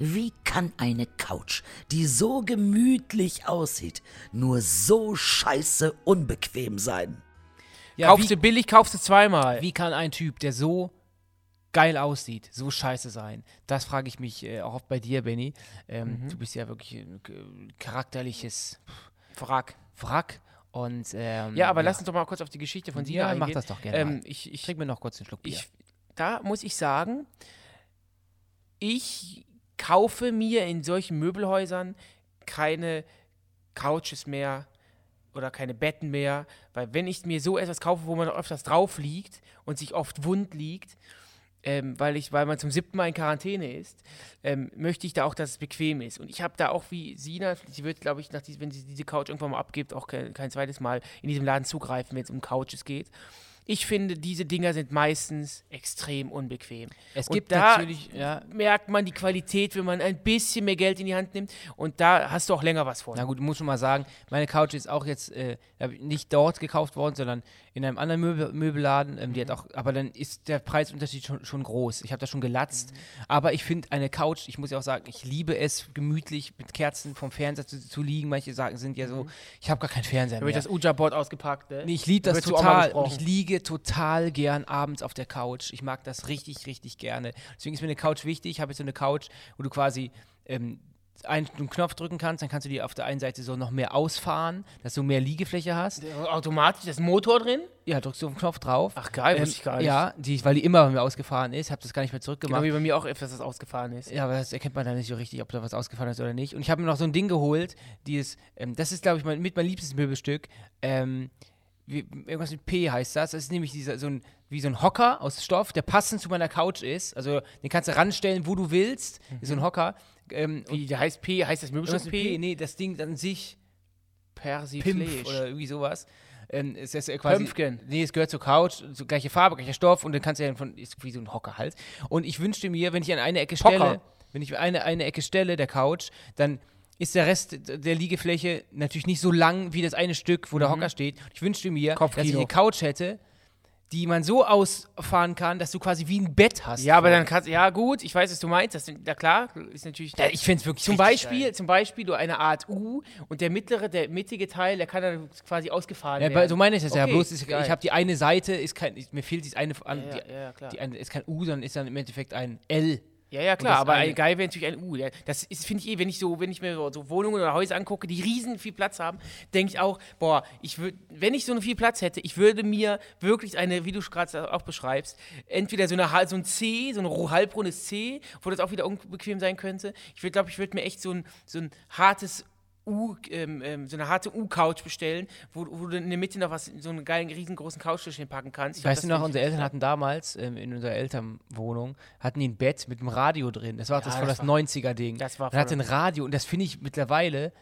Speaker 4: wie kann eine Couch, die so gemütlich aussieht, nur so scheiße unbequem sein?
Speaker 3: Ja,
Speaker 2: kaufst
Speaker 3: wie,
Speaker 2: du billig, kaufst du zweimal.
Speaker 3: wie kann ein Typ, der so geil aussieht, so scheiße sein? Das frage ich mich äh, auch oft bei dir, Benny. Ähm, Du bist ja wirklich ein äh, charakterliches
Speaker 2: Wrack.
Speaker 3: Wrack. Und, ähm,
Speaker 2: Ja, aber lass uns doch mal kurz auf die Geschichte von Sina
Speaker 3: Ja,
Speaker 2: eingehen.
Speaker 3: mach das doch gerne
Speaker 2: Ähm,
Speaker 3: mal.
Speaker 2: ich,
Speaker 3: Ich
Speaker 2: ich,
Speaker 3: trinke mir noch kurz einen Schluck Bier.
Speaker 2: ich, da muss ich sagen, ich kaufe mir in solchen Möbelhäusern keine Couches mehr oder keine Betten mehr, weil wenn ich mir so etwas kaufe, wo man öfters drauf liegt und sich oft wund liegt, ähm, weil, ich, weil man zum siebten Mal in Quarantäne ist, ähm, möchte ich da auch, dass es bequem ist. Und ich habe da auch wie Sina, sie wird, glaube ich, nach dies, wenn sie diese Couch irgendwann mal abgibt, auch kein, kein zweites Mal in diesem Laden zugreifen, wenn es um Couches geht. Ich finde, diese Dinger sind meistens extrem unbequem.
Speaker 3: Es
Speaker 2: Und
Speaker 3: gibt
Speaker 2: da
Speaker 3: natürlich, ja.
Speaker 2: merkt man die Qualität, wenn man ein bisschen mehr Geld in die Hand nimmt. Und da hast du auch länger was von.
Speaker 3: Na gut, muss schon mal sagen, meine Couch ist auch jetzt äh, hab ich nicht dort gekauft worden, sondern in einem anderen Möbel Möbelladen. Ähm, die hat auch, aber dann ist der Preisunterschied schon, schon groß. Ich habe da schon gelatzt. Aber ich finde eine Couch, ich muss ja auch sagen, ich liebe es, gemütlich mit Kerzen vom Fernseher zu, zu liegen. Manche sagen, sind ja so, Mhm. ich habe gar keinen Fernseher
Speaker 2: Da wird
Speaker 3: mehr.
Speaker 2: das Uja-Board ausgepackt. Ne?
Speaker 3: Nee, ich liebe
Speaker 2: Da
Speaker 3: das
Speaker 2: wird auch mal
Speaker 3: total und ich
Speaker 2: gesprochen.
Speaker 3: liege total gern abends auf der Couch. Ich mag das richtig, richtig gerne. Deswegen ist mir eine Couch wichtig. Ich habe jetzt so eine Couch, wo du quasi ähm, einen, einen Knopf drücken kannst, dann kannst du die auf der einen Seite so noch mehr ausfahren, dass du mehr Liegefläche hast.
Speaker 2: Automatisch, da ist ein Motor drin.
Speaker 3: Ja, drückst du auf den Knopf drauf. Ähm,
Speaker 2: Ach, geil, wusste ich gar nicht.
Speaker 3: Ja, die, weil die immer bei mir ausgefahren ist, habe das gar nicht mehr
Speaker 2: Genau
Speaker 3: zurückgemacht.
Speaker 2: wie bei mir auch öfters das ausgefahren ist.
Speaker 3: Ja, aber das erkennt man dann nicht so richtig, ob da was ausgefallen ist oder nicht. Und ich habe mir noch so ein Ding geholt, dieses, ähm, das ist, glaube ich, mein, mit mein liebstes Möbelstück. Ähm, wie, irgendwas mit P heißt das. Das ist nämlich dieser, so ein, wie so ein Hocker aus Stoff, der passend zu meiner Couch ist. Also den kannst du ranstellen, wo du willst. Ist so ein Hocker. Ähm, und
Speaker 2: Mhm. Wie, der heißt P, heißt das
Speaker 3: irgendwas
Speaker 2: Möbelstück
Speaker 3: mit
Speaker 2: P?
Speaker 3: P? Nee, das Ding an sich, Pimpf
Speaker 2: Persiflage.
Speaker 3: oder irgendwie sowas. Ähm, es ist ja quasi,
Speaker 2: Pümpfgen.
Speaker 3: Nee, es gehört zur Couch, so gleiche Farbe, gleicher Stoff und dann kannst du ja von, ist wie so ein Hocker halt. Und ich wünschte mir, wenn ich an eine Ecke
Speaker 2: Hocker.
Speaker 3: stelle, wenn ich eine, eine Ecke stelle, der Couch, dann ist der Rest der Liegefläche natürlich nicht so lang wie das eine Stück, wo der Hocker steht. Ich wünschte mir, dass ich
Speaker 2: Mhm. Kopfkino.
Speaker 3: eine Couch hätte, die man so ausfahren kann, dass du quasi wie ein Bett hast.
Speaker 2: Ja, aber dann kannst ja gut, ich weiß, was du meinst. Das, sind- na klar, ist natürlich.
Speaker 3: Ja, ich finde es wirklich
Speaker 2: zum
Speaker 3: richtig
Speaker 2: Beispiel,
Speaker 3: geil.
Speaker 2: zum Beispiel du eine Art U und der mittlere, der mittige Teil, der kann dann quasi ausgefahren
Speaker 3: Ja,
Speaker 2: werden.
Speaker 3: aber so meine ich das ja.
Speaker 2: Okay,
Speaker 3: Bloß ist, ich
Speaker 2: geil.
Speaker 3: habe die eine Seite, ist kein, ist, mir fehlt dieses eine, an,
Speaker 2: Ja,
Speaker 3: die,
Speaker 2: ja, ja, klar.
Speaker 3: Die eine ist kein U, sondern ist dann im Endeffekt ein L.
Speaker 2: Ja, ja, klar,
Speaker 3: das
Speaker 2: aber
Speaker 3: eine-
Speaker 2: geil wäre natürlich ein U. ja. Das ist- finde ich eh, wenn ich so, wenn ich mir so- so Wohnungen oder Häuser angucke, die riesen viel Platz haben, denke ich auch, boah, ich würde, wenn ich so viel Platz hätte, ich würde mir wirklich eine, wie du gerade auch beschreibst, entweder so, eine, Ha- so ein C, so ein ru- halbrundes C, wo das auch wieder unbequem sein könnte. Ich würde, glaube ich, würde mir echt so ein, so ein hartes U, ähm, ähm, so eine harte U-Couch bestellen, wo, wo du in der Mitte noch was, so einen geilen, riesengroßen Couchtisch hinpacken kannst. Ich glaub,
Speaker 3: Weißt du
Speaker 2: das
Speaker 3: noch,
Speaker 2: find ich-
Speaker 3: unsere Eltern hatten damals ähm, in unserer Elternwohnung, hatten die ein Bett mit einem Radio drin. Das war das,
Speaker 2: Ja,
Speaker 3: voll das,
Speaker 2: das war-
Speaker 3: 90er-Ding.
Speaker 2: das war
Speaker 3: Man hatte
Speaker 2: voll-
Speaker 3: ein Radio und das finde ich mittlerweile,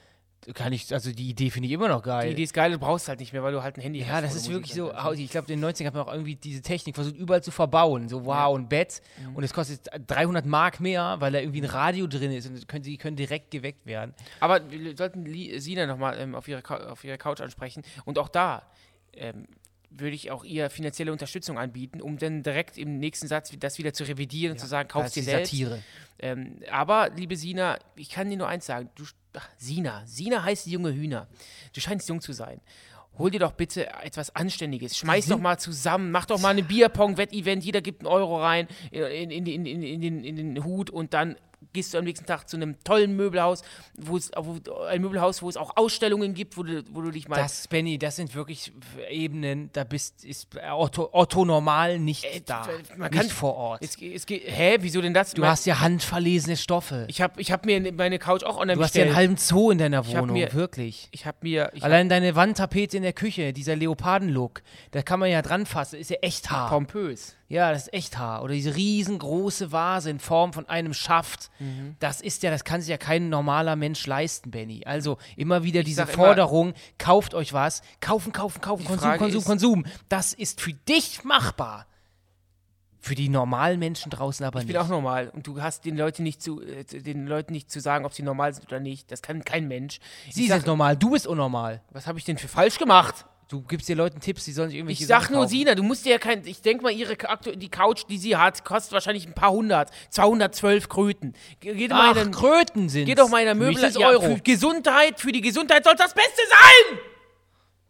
Speaker 3: kann ich, also die Idee finde ich immer noch geil.
Speaker 2: Die Idee ist geil, du brauchst halt nicht mehr, weil du halt ein Handy hast.
Speaker 3: ja,
Speaker 2: wo
Speaker 3: das
Speaker 2: du
Speaker 3: ist
Speaker 2: Musik
Speaker 3: wirklich
Speaker 2: hören
Speaker 3: so,
Speaker 2: kannst.
Speaker 3: hau- ich glaube, in den 90ern hat man auch irgendwie diese Technik versucht, überall zu verbauen. So, wow, ein Bett
Speaker 2: Mhm.
Speaker 3: und es kostet 300 Mark mehr, weil da irgendwie ein Radio drin ist und es können, die können direkt geweckt werden.
Speaker 2: Aber wir sollten Li- Sina nochmal ähm, auf, ihre Cou- auf ihre Couch ansprechen. Und auch da ähm, würde ich auch ihr finanzielle Unterstützung anbieten, um dann direkt im nächsten Satz wi- das wieder zu revidieren und zu sagen, kauf
Speaker 3: Das
Speaker 2: dir
Speaker 3: ist die
Speaker 2: selbst.
Speaker 3: Satire.
Speaker 2: Ähm, aber, liebe Sina, ich kann dir nur eins sagen. Du, sch- ach, Sina, Sina heißt die junge Hühner. Du scheinst jung zu sein. Hol dir doch bitte etwas Anständiges. Schmeiß doch mal zusammen. Mach doch mal eine Bierpong-Wett-Event. Jeder gibt einen Euro rein in, in, in, in, in, den, in den Hut und dann gehst du am nächsten Tag zu einem tollen Möbelhaus, wo es, wo, ein Möbelhaus, wo es auch Ausstellungen gibt, wo du, wo du dich mal
Speaker 3: Das, Benny, das sind wirklich Ebenen, da bist, ist Otto, Otto normal nicht da.
Speaker 2: Äh, man
Speaker 3: nicht
Speaker 2: kann-
Speaker 3: vor Ort.
Speaker 2: Es, ge- es, ge- hä, wieso denn das?
Speaker 3: du hast ja handverlesene Stoffe.
Speaker 2: ich habe ich hab mir meine Couch auch online
Speaker 3: du hast ja
Speaker 2: bestellt.
Speaker 3: einen halben Zoo in deiner
Speaker 2: hab
Speaker 3: Wohnung,
Speaker 2: mir-
Speaker 3: wirklich.
Speaker 2: ich habe mir ich
Speaker 3: Allein deine Wandtapete in der Küche, dieser Leopardenlook, da kann man ja dran fassen, ist ja echt
Speaker 2: hab
Speaker 3: Haar.
Speaker 2: pompös.
Speaker 3: Ja, das ist echt Haar. Oder diese riesengroße Vase in Form von einem Schaft.
Speaker 2: Mhm.
Speaker 3: Das ist ja, das kann sich ja kein normaler Mensch leisten, Benny. Also immer wieder diese
Speaker 2: sag immer-
Speaker 3: Forderung, kauft euch was, kaufen, kaufen, kaufen,
Speaker 2: Die
Speaker 3: Konsum,
Speaker 2: Frage
Speaker 3: Konsum,
Speaker 2: ist-
Speaker 3: Konsum. Das ist für dich machbar. Für die normalen Menschen draußen aber
Speaker 2: Ich
Speaker 3: nicht.
Speaker 2: bin auch normal und du hast den Leuten nicht zu äh, den Leuten nicht zu sagen, ob sie normal sind oder nicht. Das kann kein Mensch.
Speaker 3: Sie
Speaker 2: ich sag,
Speaker 3: sind normal, du bist unnormal.
Speaker 2: was habe ich denn für falsch gemacht?
Speaker 3: Du gibst dir Leuten Tipps, die sollen sich irgendwelche
Speaker 2: Ich sag
Speaker 3: Sachen
Speaker 2: nur,
Speaker 3: kaufen.
Speaker 2: Sina, du musst dir ja kein. Ich denk mal, ihre Ka- aktu- die Couch, die sie hat, kostet wahrscheinlich ein paar hundert. 212 Kröten. Ge- Geh doch mal
Speaker 3: Ach,
Speaker 2: in einen-
Speaker 3: Kröten sind.
Speaker 2: geh doch mal in der Möbel.
Speaker 3: ja, Euro.
Speaker 2: Für Gesundheit, für die Gesundheit soll das Beste sein!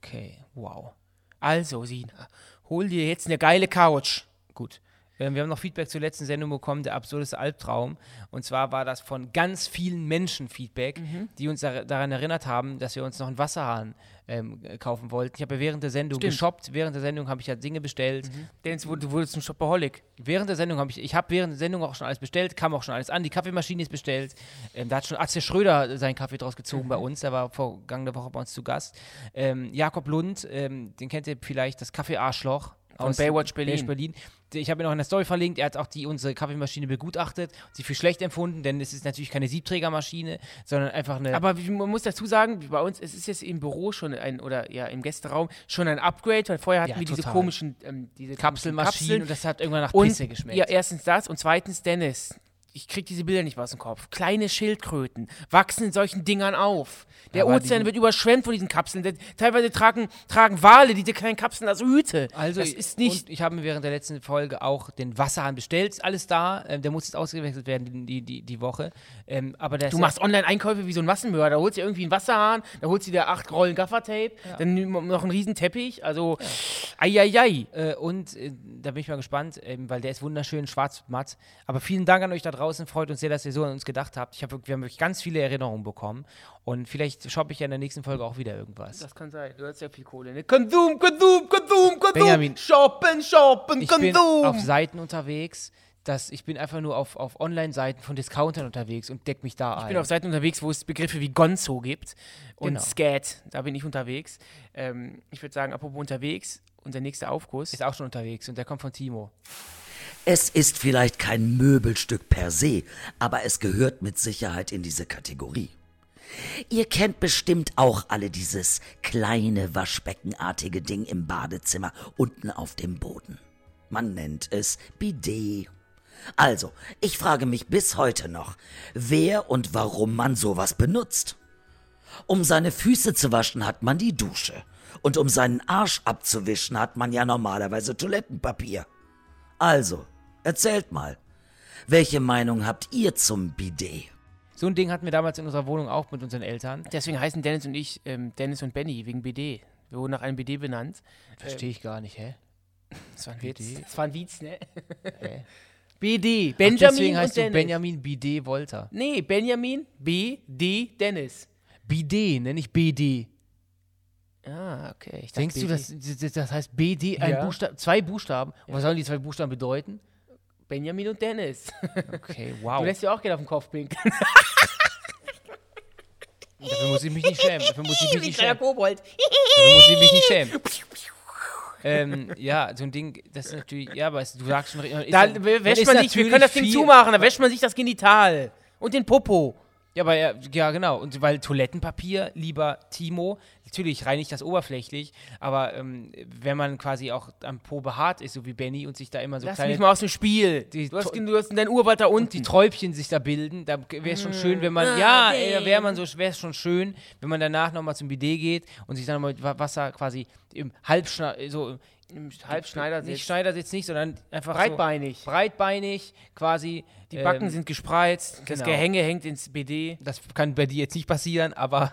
Speaker 3: Okay, wow.
Speaker 2: Also, Sina, hol dir jetzt eine geile Couch.
Speaker 3: Gut. Ähm, Wir haben noch Feedback zur letzten Sendung bekommen, der absurdeste Albtraum. Und zwar war das von ganz vielen Menschen Feedback,
Speaker 2: Mhm.
Speaker 3: die uns dar- daran erinnert haben, dass wir uns noch einen Wasserhahn ähm, kaufen wollten. Ich habe ja während der Sendung
Speaker 2: Stimmt.
Speaker 3: geshoppt, während der Sendung habe ich ja Dinge bestellt.
Speaker 2: Denn es wurde, du wurdest ein Shopaholic.
Speaker 3: Während der Sendung habe ich, ich habe während der Sendung auch schon alles bestellt, kam auch schon alles an, die Kaffeemaschine ist bestellt. Ähm, da hat schon Axel Schröder seinen Kaffee draus gezogen
Speaker 2: Mhm.
Speaker 3: bei uns, der war vergangene Woche bei uns zu Gast. Ähm, Jakob Lund, ähm, den kennt ihr vielleicht, das Kaffee-Arschloch.
Speaker 2: Von
Speaker 3: aus
Speaker 2: Baywatch Berlin.
Speaker 3: Berlin. Der- Ich habe ihn auch in der Story verlinkt. Er hat auch die, unsere Kaffeemaschine begutachtet, sie für schlecht empfunden, denn es ist natürlich keine Siebträgermaschine, sondern einfach eine.
Speaker 2: Aber wie- man muss dazu sagen, bei uns es ist jetzt im Büro schon ein, oder ja, im Gästeraum schon ein Upgrade, weil vorher hatten
Speaker 3: Ja,
Speaker 2: wir diese
Speaker 3: total.
Speaker 2: komischen ähm, diese komischen
Speaker 3: Kapselmaschine und das hat irgendwann nach
Speaker 2: Und
Speaker 3: Pisse geschmeckt.
Speaker 2: ja, erstens das und zweitens Dennis. Ich krieg diese Bilder nicht mehr aus dem Kopf. Kleine Schildkröten wachsen in solchen Dingern auf. Der
Speaker 3: Aber
Speaker 2: Ozean
Speaker 3: die-
Speaker 2: wird überschwemmt von diesen Kapseln. Denn Teilweise tragen, tragen Wale diese kleinen Kapseln als Hüte.
Speaker 3: Also
Speaker 2: das
Speaker 3: ich-
Speaker 2: ist nicht.
Speaker 3: Und ich habe mir während der letzten Folge auch den Wasserhahn bestellt, ist alles da. Ähm, der muss jetzt ausgewechselt werden die, die, die Woche. Ähm, aber der
Speaker 2: Du
Speaker 3: ist
Speaker 2: machst Online-Einkäufe wie so ein Massenmörder. Da holst du irgendwie einen Wasserhahn, da holst du dir acht Rollen Gaffertape, dann noch einen riesen Teppich. Also, eieiei.
Speaker 3: Äh, und äh, da bin ich mal gespannt, ähm, weil der ist wunderschön schwarz-matt. Aber vielen Dank an euch da draußen. Freut uns sehr, dass ihr so an uns gedacht habt. Ich hab, wirklich- wir haben wirklich ganz viele Erinnerungen bekommen. Und vielleicht shoppe ich ja in der nächsten Folge auch wieder irgendwas.
Speaker 2: Das kann sein. Du hast ja viel Kohle. Ne? Konsum, Konsum, Konsum, Konsum.
Speaker 3: Benjamin.
Speaker 2: Shoppen, shoppen,
Speaker 3: Ich bin auf
Speaker 2: Konsum.
Speaker 3: Seiten unterwegs. Dass ich bin einfach nur auf, auf Online-Seiten von Discountern unterwegs und deck mich da ein.
Speaker 2: Ich bin auf Seiten unterwegs, wo es Begriffe wie Gonzo gibt und
Speaker 3: Genau.
Speaker 2: Scat. Da bin ich unterwegs. Ähm, ich würde sagen, apropos unterwegs, unser nächster Aufguss.
Speaker 3: ist auch schon unterwegs und der kommt von Timo.
Speaker 4: Es ist vielleicht kein Möbelstück per se, aber es gehört mit Sicherheit in diese Kategorie. Ihr kennt bestimmt auch alle dieses kleine waschbeckenartige Ding im Badezimmer unten auf dem Boden. Man nennt es Bidet. Also, ich frage mich bis heute noch, wer und warum man sowas benutzt. Um seine Füße zu waschen, hat man die Dusche. Und um seinen Arsch abzuwischen, hat man ja normalerweise Toilettenpapier. Also, erzählt mal, welche Meinung habt ihr zum Bidet?
Speaker 3: So ein Ding hatten wir damals in unserer Wohnung auch mit unseren Eltern.
Speaker 2: Deswegen heißen Dennis und ich ähm, Dennis und Benny wegen BD. Wir wurden nach einem BD benannt.
Speaker 3: Verstehe ich gar nicht, hä?
Speaker 2: Das war ein
Speaker 3: BD?
Speaker 2: Witz. Das war ein Witz, ne?
Speaker 3: Hä?
Speaker 2: BD.
Speaker 3: Ach,
Speaker 2: Benjamin
Speaker 3: deswegen heißt
Speaker 2: und
Speaker 3: du
Speaker 2: Dennis.
Speaker 3: Benjamin Bidet Volta.
Speaker 2: Nee, Benjamin, B, D, Dennis.
Speaker 3: Bidet, nenne ich BD.
Speaker 2: Ah, okay. Ich dachte,
Speaker 3: Denkst du,
Speaker 2: BD.
Speaker 3: das, das das heißt BD, ein
Speaker 2: Ja.
Speaker 3: Buchstabe, zwei Buchstaben? Und Was sollen die zwei Buchstaben bedeuten?
Speaker 2: Benjamin und Dennis.
Speaker 3: Okay, wow.
Speaker 2: Du lässt dir auch gerne auf den Kopf pinkeln.
Speaker 3: Dafür muss ich mich nicht schämen. Dafür muss ich mich nicht schämen.
Speaker 2: Kobold.
Speaker 3: Dafür muss ich mich nicht schämen. ähm, ja, so ein Ding, das ist natürlich, ja, aber es, du sagst schon, richtig-
Speaker 2: Da
Speaker 3: ist-
Speaker 2: wäscht
Speaker 3: ist
Speaker 2: man sich, wir können
Speaker 3: natürlich
Speaker 2: das Ding
Speaker 3: viel-
Speaker 2: zumachen, da wäscht man sich das Genital und den Popo.
Speaker 3: Ja, aber ja, ja, genau. Und weil Toilettenpapier, lieber Timo, natürlich reinigt das oberflächlich, aber ähm, wenn man quasi auch am Po behaart ist, so wie Benny, und sich da immer so
Speaker 2: Lass mich
Speaker 3: kleine
Speaker 2: mal aus dem Spiel.
Speaker 3: Die
Speaker 2: du, hast,
Speaker 3: to-
Speaker 2: du hast dein Urwald da unten.
Speaker 3: die Träubchen sich da bilden, da wäre es schon schön, wenn man,
Speaker 2: Ah,
Speaker 3: ja, ey, da wäre man so, wäre es schon schön, wenn man danach nochmal zum Bidet geht und sich dann nochmal mit Wa- Wasser quasi im Halbschneider, so im
Speaker 2: Halbschneidersitz.
Speaker 3: nicht Schneidersitz nicht, sondern einfach
Speaker 2: Breitbeinig.
Speaker 3: so breitbeinig quasi ähm,
Speaker 2: Die Backen sind gespreizt, das
Speaker 3: genau.
Speaker 2: Gehänge hängt ins BD.
Speaker 3: das kann bei dir jetzt nicht passieren, aber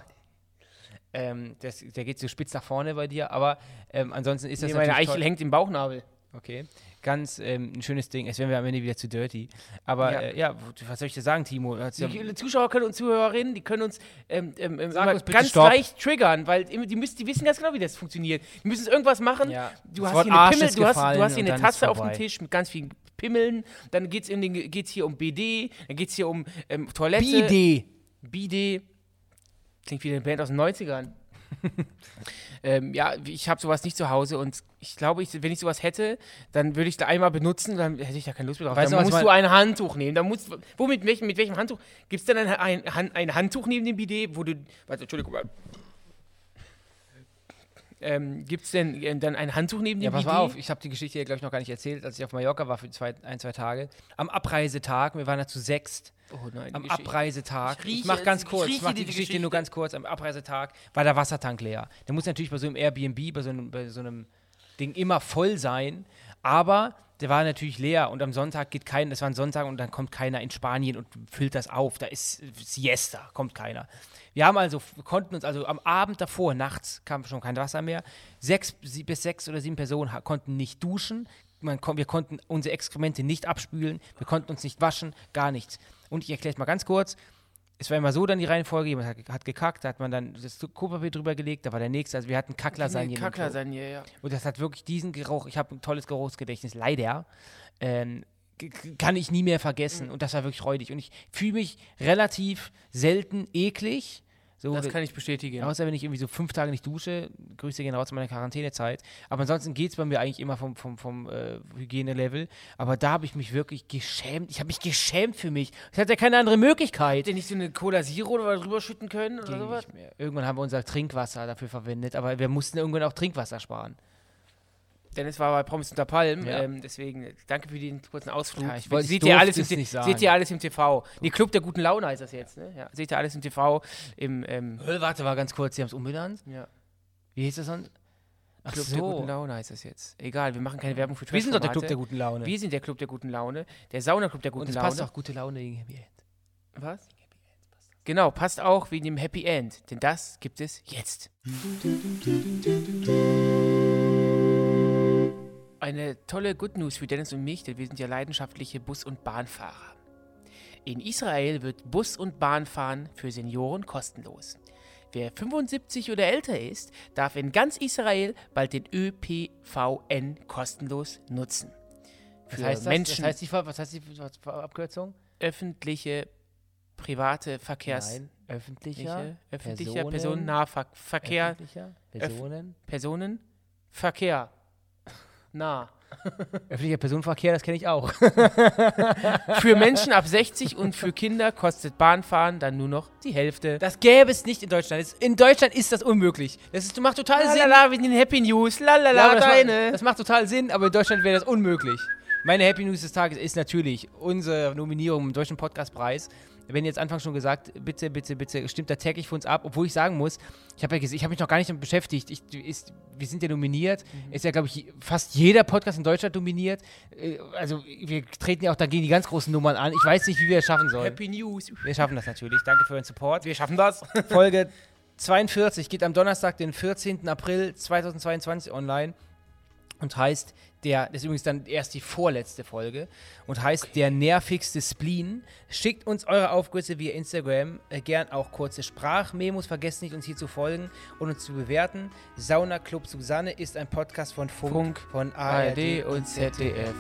Speaker 3: ähm, das, der geht so spitz nach vorne bei dir, aber ähm, ansonsten ist das
Speaker 2: Nee, meine
Speaker 3: natürlich
Speaker 2: Eichel
Speaker 3: toll.
Speaker 2: hängt im Bauchnabel.
Speaker 3: Okay, ganz ähm, ein schönes Ding. Es wären wir am Ende wieder zu dirty. Aber
Speaker 2: Ja.
Speaker 3: ja, äh, ja wo- was soll ich dir sagen, Timo? Du hast ja-
Speaker 2: Die Zuschauer können und Zuhörerinnen, die können uns, ähm, ähm, ähm,
Speaker 3: Sag
Speaker 2: immer
Speaker 3: uns bitte
Speaker 2: ganz
Speaker 3: Stopp.
Speaker 2: leicht triggern, weil immer- die, müssen, die wissen ganz genau, wie das funktioniert. Die müssen irgendwas machen.
Speaker 3: Ja.
Speaker 2: Du,
Speaker 3: Das
Speaker 2: hast
Speaker 3: Wort
Speaker 2: hier eine
Speaker 3: Arsch
Speaker 2: Pimmel,
Speaker 3: ist
Speaker 2: du, hast,
Speaker 3: gefallen
Speaker 2: du hast hier
Speaker 3: und
Speaker 2: eine
Speaker 3: dann ist
Speaker 2: Tasse auf dem
Speaker 3: vorbei.
Speaker 2: Tisch mit ganz vielen Pimmeln. Dann geht es geht's hier um BD, dann geht es hier um ähm, Toilette.
Speaker 3: BD.
Speaker 2: BD. Klingt wie eine Band aus den 90ern. ähm, ja, ich habe sowas nicht zu Hause und ich glaube, ich, wenn ich sowas hätte, dann würde ich da einmal benutzen, dann hätte ich da keine Lust mehr drauf.
Speaker 3: Weißt
Speaker 2: dann
Speaker 3: du, was
Speaker 2: musst du
Speaker 3: mein-
Speaker 2: ein Handtuch nehmen. Dann musst, womit, mit welchem, mit welchem Handtuch? Gibt es denn ein, ein, Han- ein Handtuch neben dem BD, wo du. Warte, Entschuldigung. mal. Ähm, Gibt es denn äh, dann ein Handtuch neben
Speaker 3: Ja,
Speaker 2: dem
Speaker 3: pass
Speaker 2: Bidé?
Speaker 3: mal auf, ich habe die Geschichte hier, glaube ich, noch gar nicht erzählt, als ich auf Mallorca war für zwei, ein, zwei Tage. Am Abreisetag, wir waren da zu sechst.
Speaker 2: Oh nein,
Speaker 3: Am
Speaker 2: die Geschichte.
Speaker 3: Abreisetag,
Speaker 2: Ich
Speaker 3: ich,
Speaker 2: rieche
Speaker 3: mach ganz
Speaker 2: es, ich
Speaker 3: kurz, ich
Speaker 2: rieche
Speaker 3: mach die
Speaker 2: die
Speaker 3: Geschichte,
Speaker 2: Geschichte.
Speaker 3: nur ganz kurz. Am Abreisetag war der Wassertank leer. Der muss natürlich bei so einem Airbnb, bei so einem, bei so einem Ding immer voll sein, aber der war natürlich leer und am Sonntag geht kein, das war ein Sonntag und dann kommt keiner in Spanien und füllt das auf. Da ist Siesta, kommt keiner. Wir haben also, wir konnten uns also am Abend davor, nachts kam schon kein Wasser mehr. Sechs sie- bis sechs oder sieben Personen ha- konnten nicht duschen. Man, kon- wir konnten unsere Exkremente nicht abspülen, wir konnten uns nicht waschen, gar nichts. Und ich erkläre es mal ganz kurz es war immer so dann die Reihenfolge, jemand hat, hat gekackt, da hat man dann das Klopapier drüber gelegt, da war der nächste, also wir hatten Kacklasagne.
Speaker 2: Nee,
Speaker 3: im Klo.
Speaker 2: Kacklasagne, ja.
Speaker 3: Und das hat wirklich diesen Geruch, ich habe ein tolles Geruchsgedächtnis, leider, ähm, g- g- kann ich nie mehr vergessen und das war wirklich räudig und ich fühle mich relativ selten eklig. So,
Speaker 2: Das kann ich bestätigen.
Speaker 3: Außer wenn ich irgendwie so fünf Tage nicht dusche, Grüße gehen raus zu meiner Quarantänezeit. Aber ansonsten geht es bei mir eigentlich immer vom, vom, vom äh, Hygienelevel. Aber da habe ich mich wirklich geschämt. Ich habe mich geschämt für mich. Ich hatte ja keine andere Möglichkeit.
Speaker 2: Hätte ihr nicht so eine Cola Zero oder was drüber schütten können oder
Speaker 3: Ging
Speaker 2: sowas?
Speaker 3: nicht mehr. Irgendwann haben wir unser Trinkwasser dafür verwendet, aber wir mussten irgendwann auch Trinkwasser sparen.
Speaker 2: Dennis war bei Promis unter Palmen,
Speaker 3: Ja.
Speaker 2: ähm, deswegen danke für den kurzen Ausflug.
Speaker 3: Ja, ich wollte- ich
Speaker 2: seht,
Speaker 3: durfte
Speaker 2: ihr alles im,
Speaker 3: es nicht sagen.
Speaker 2: seht ihr alles im TV. Nee, Club der guten Laune heißt das jetzt, ne? Ja. Seht ihr alles im TV, im ähm,
Speaker 3: Äh, Warte mal ganz kurz, sie haben es umbenannt.
Speaker 2: ja.
Speaker 3: Wie hieß das sonst? Ach
Speaker 2: Club der guten
Speaker 3: so.
Speaker 2: Laune heißt das jetzt. Egal, wir machen keine Werbung für
Speaker 3: Wir sind doch der Club
Speaker 2: Trash-Formate.
Speaker 3: der guten Laune.
Speaker 2: Wir sind der Club der guten Laune, der Saunaclub der
Speaker 3: Und
Speaker 2: guten
Speaker 3: es
Speaker 2: Laune.
Speaker 3: passt auch gute Laune in Happy End.
Speaker 2: Was? Genau, passt auch wegen dem Happy End, denn das gibt es jetzt. Eine tolle Good News für Dennis und mich, denn wir sind ja leidenschaftliche Bus- und Bahnfahrer. In Israel wird Bus- und Bahnfahren für Senioren kostenlos. Wer 75 oder älter ist, darf in ganz Israel bald den ÖPVN kostenlos nutzen.
Speaker 3: Was
Speaker 2: Für
Speaker 3: heißt das?
Speaker 2: Menschen-
Speaker 3: Was heißt die, Ver- was heißt die was, Abkürzung?
Speaker 2: Öffentliche, private Verkehrs...
Speaker 3: Nein, öffentlicher,
Speaker 2: öffentlicher
Speaker 3: Personen-
Speaker 2: Personennahverkehr,
Speaker 3: öffentlicher Personen.
Speaker 2: Personenverkehr. Na.
Speaker 3: Öffentlicher Personenverkehr, das kenne ich auch.
Speaker 2: Für Menschen ab 60 und für Kinder kostet Bahnfahren dann nur noch die Hälfte.
Speaker 3: Das gäbe es nicht in Deutschland. Es- In Deutschland ist das unmöglich. Das ist, macht total Sinn.
Speaker 2: Lalala, wir sind in Happy News.
Speaker 3: Ja,
Speaker 2: Lalala,
Speaker 3: aber das,
Speaker 2: deine.
Speaker 3: Macht, das macht total Sinn, aber in Deutschland wäre das unmöglich. Meine Happy News des Tages ist natürlich unsere Nominierung im Deutschen Podcastpreis. Wenn jetzt Anfang schon gesagt, bitte, bitte, bitte, stimmt da täglich für uns ab, obwohl ich sagen muss, ich habe ja gesehen, ich habe mich noch gar nicht damit beschäftigt. Ich, ist, wir sind ja nominiert. Ist ja, glaube ich, fast jeder Podcast in Deutschland dominiert. Äh, Also wir treten ja auch dagegen die ganz großen Nummern an. Ich weiß nicht, wie wir es schaffen sollen.
Speaker 2: Happy News.
Speaker 3: Wir schaffen das natürlich. Danke für euren Support.
Speaker 2: Wir schaffen das.
Speaker 3: Folge 42 geht am Donnerstag, den 14. April 2022 online und heißt der, das ist übrigens dann erst die vorletzte Folge und heißt der nervigste Spleen. Schickt uns eure Aufgüsse via Instagram, äh, gern auch kurze Sprachmemos, vergesst nicht uns hier zu folgen und uns zu bewerten. Sauna Club Susanne ist ein Podcast von Funk,
Speaker 2: Funk,
Speaker 3: von ARD
Speaker 2: ARD und ZDF.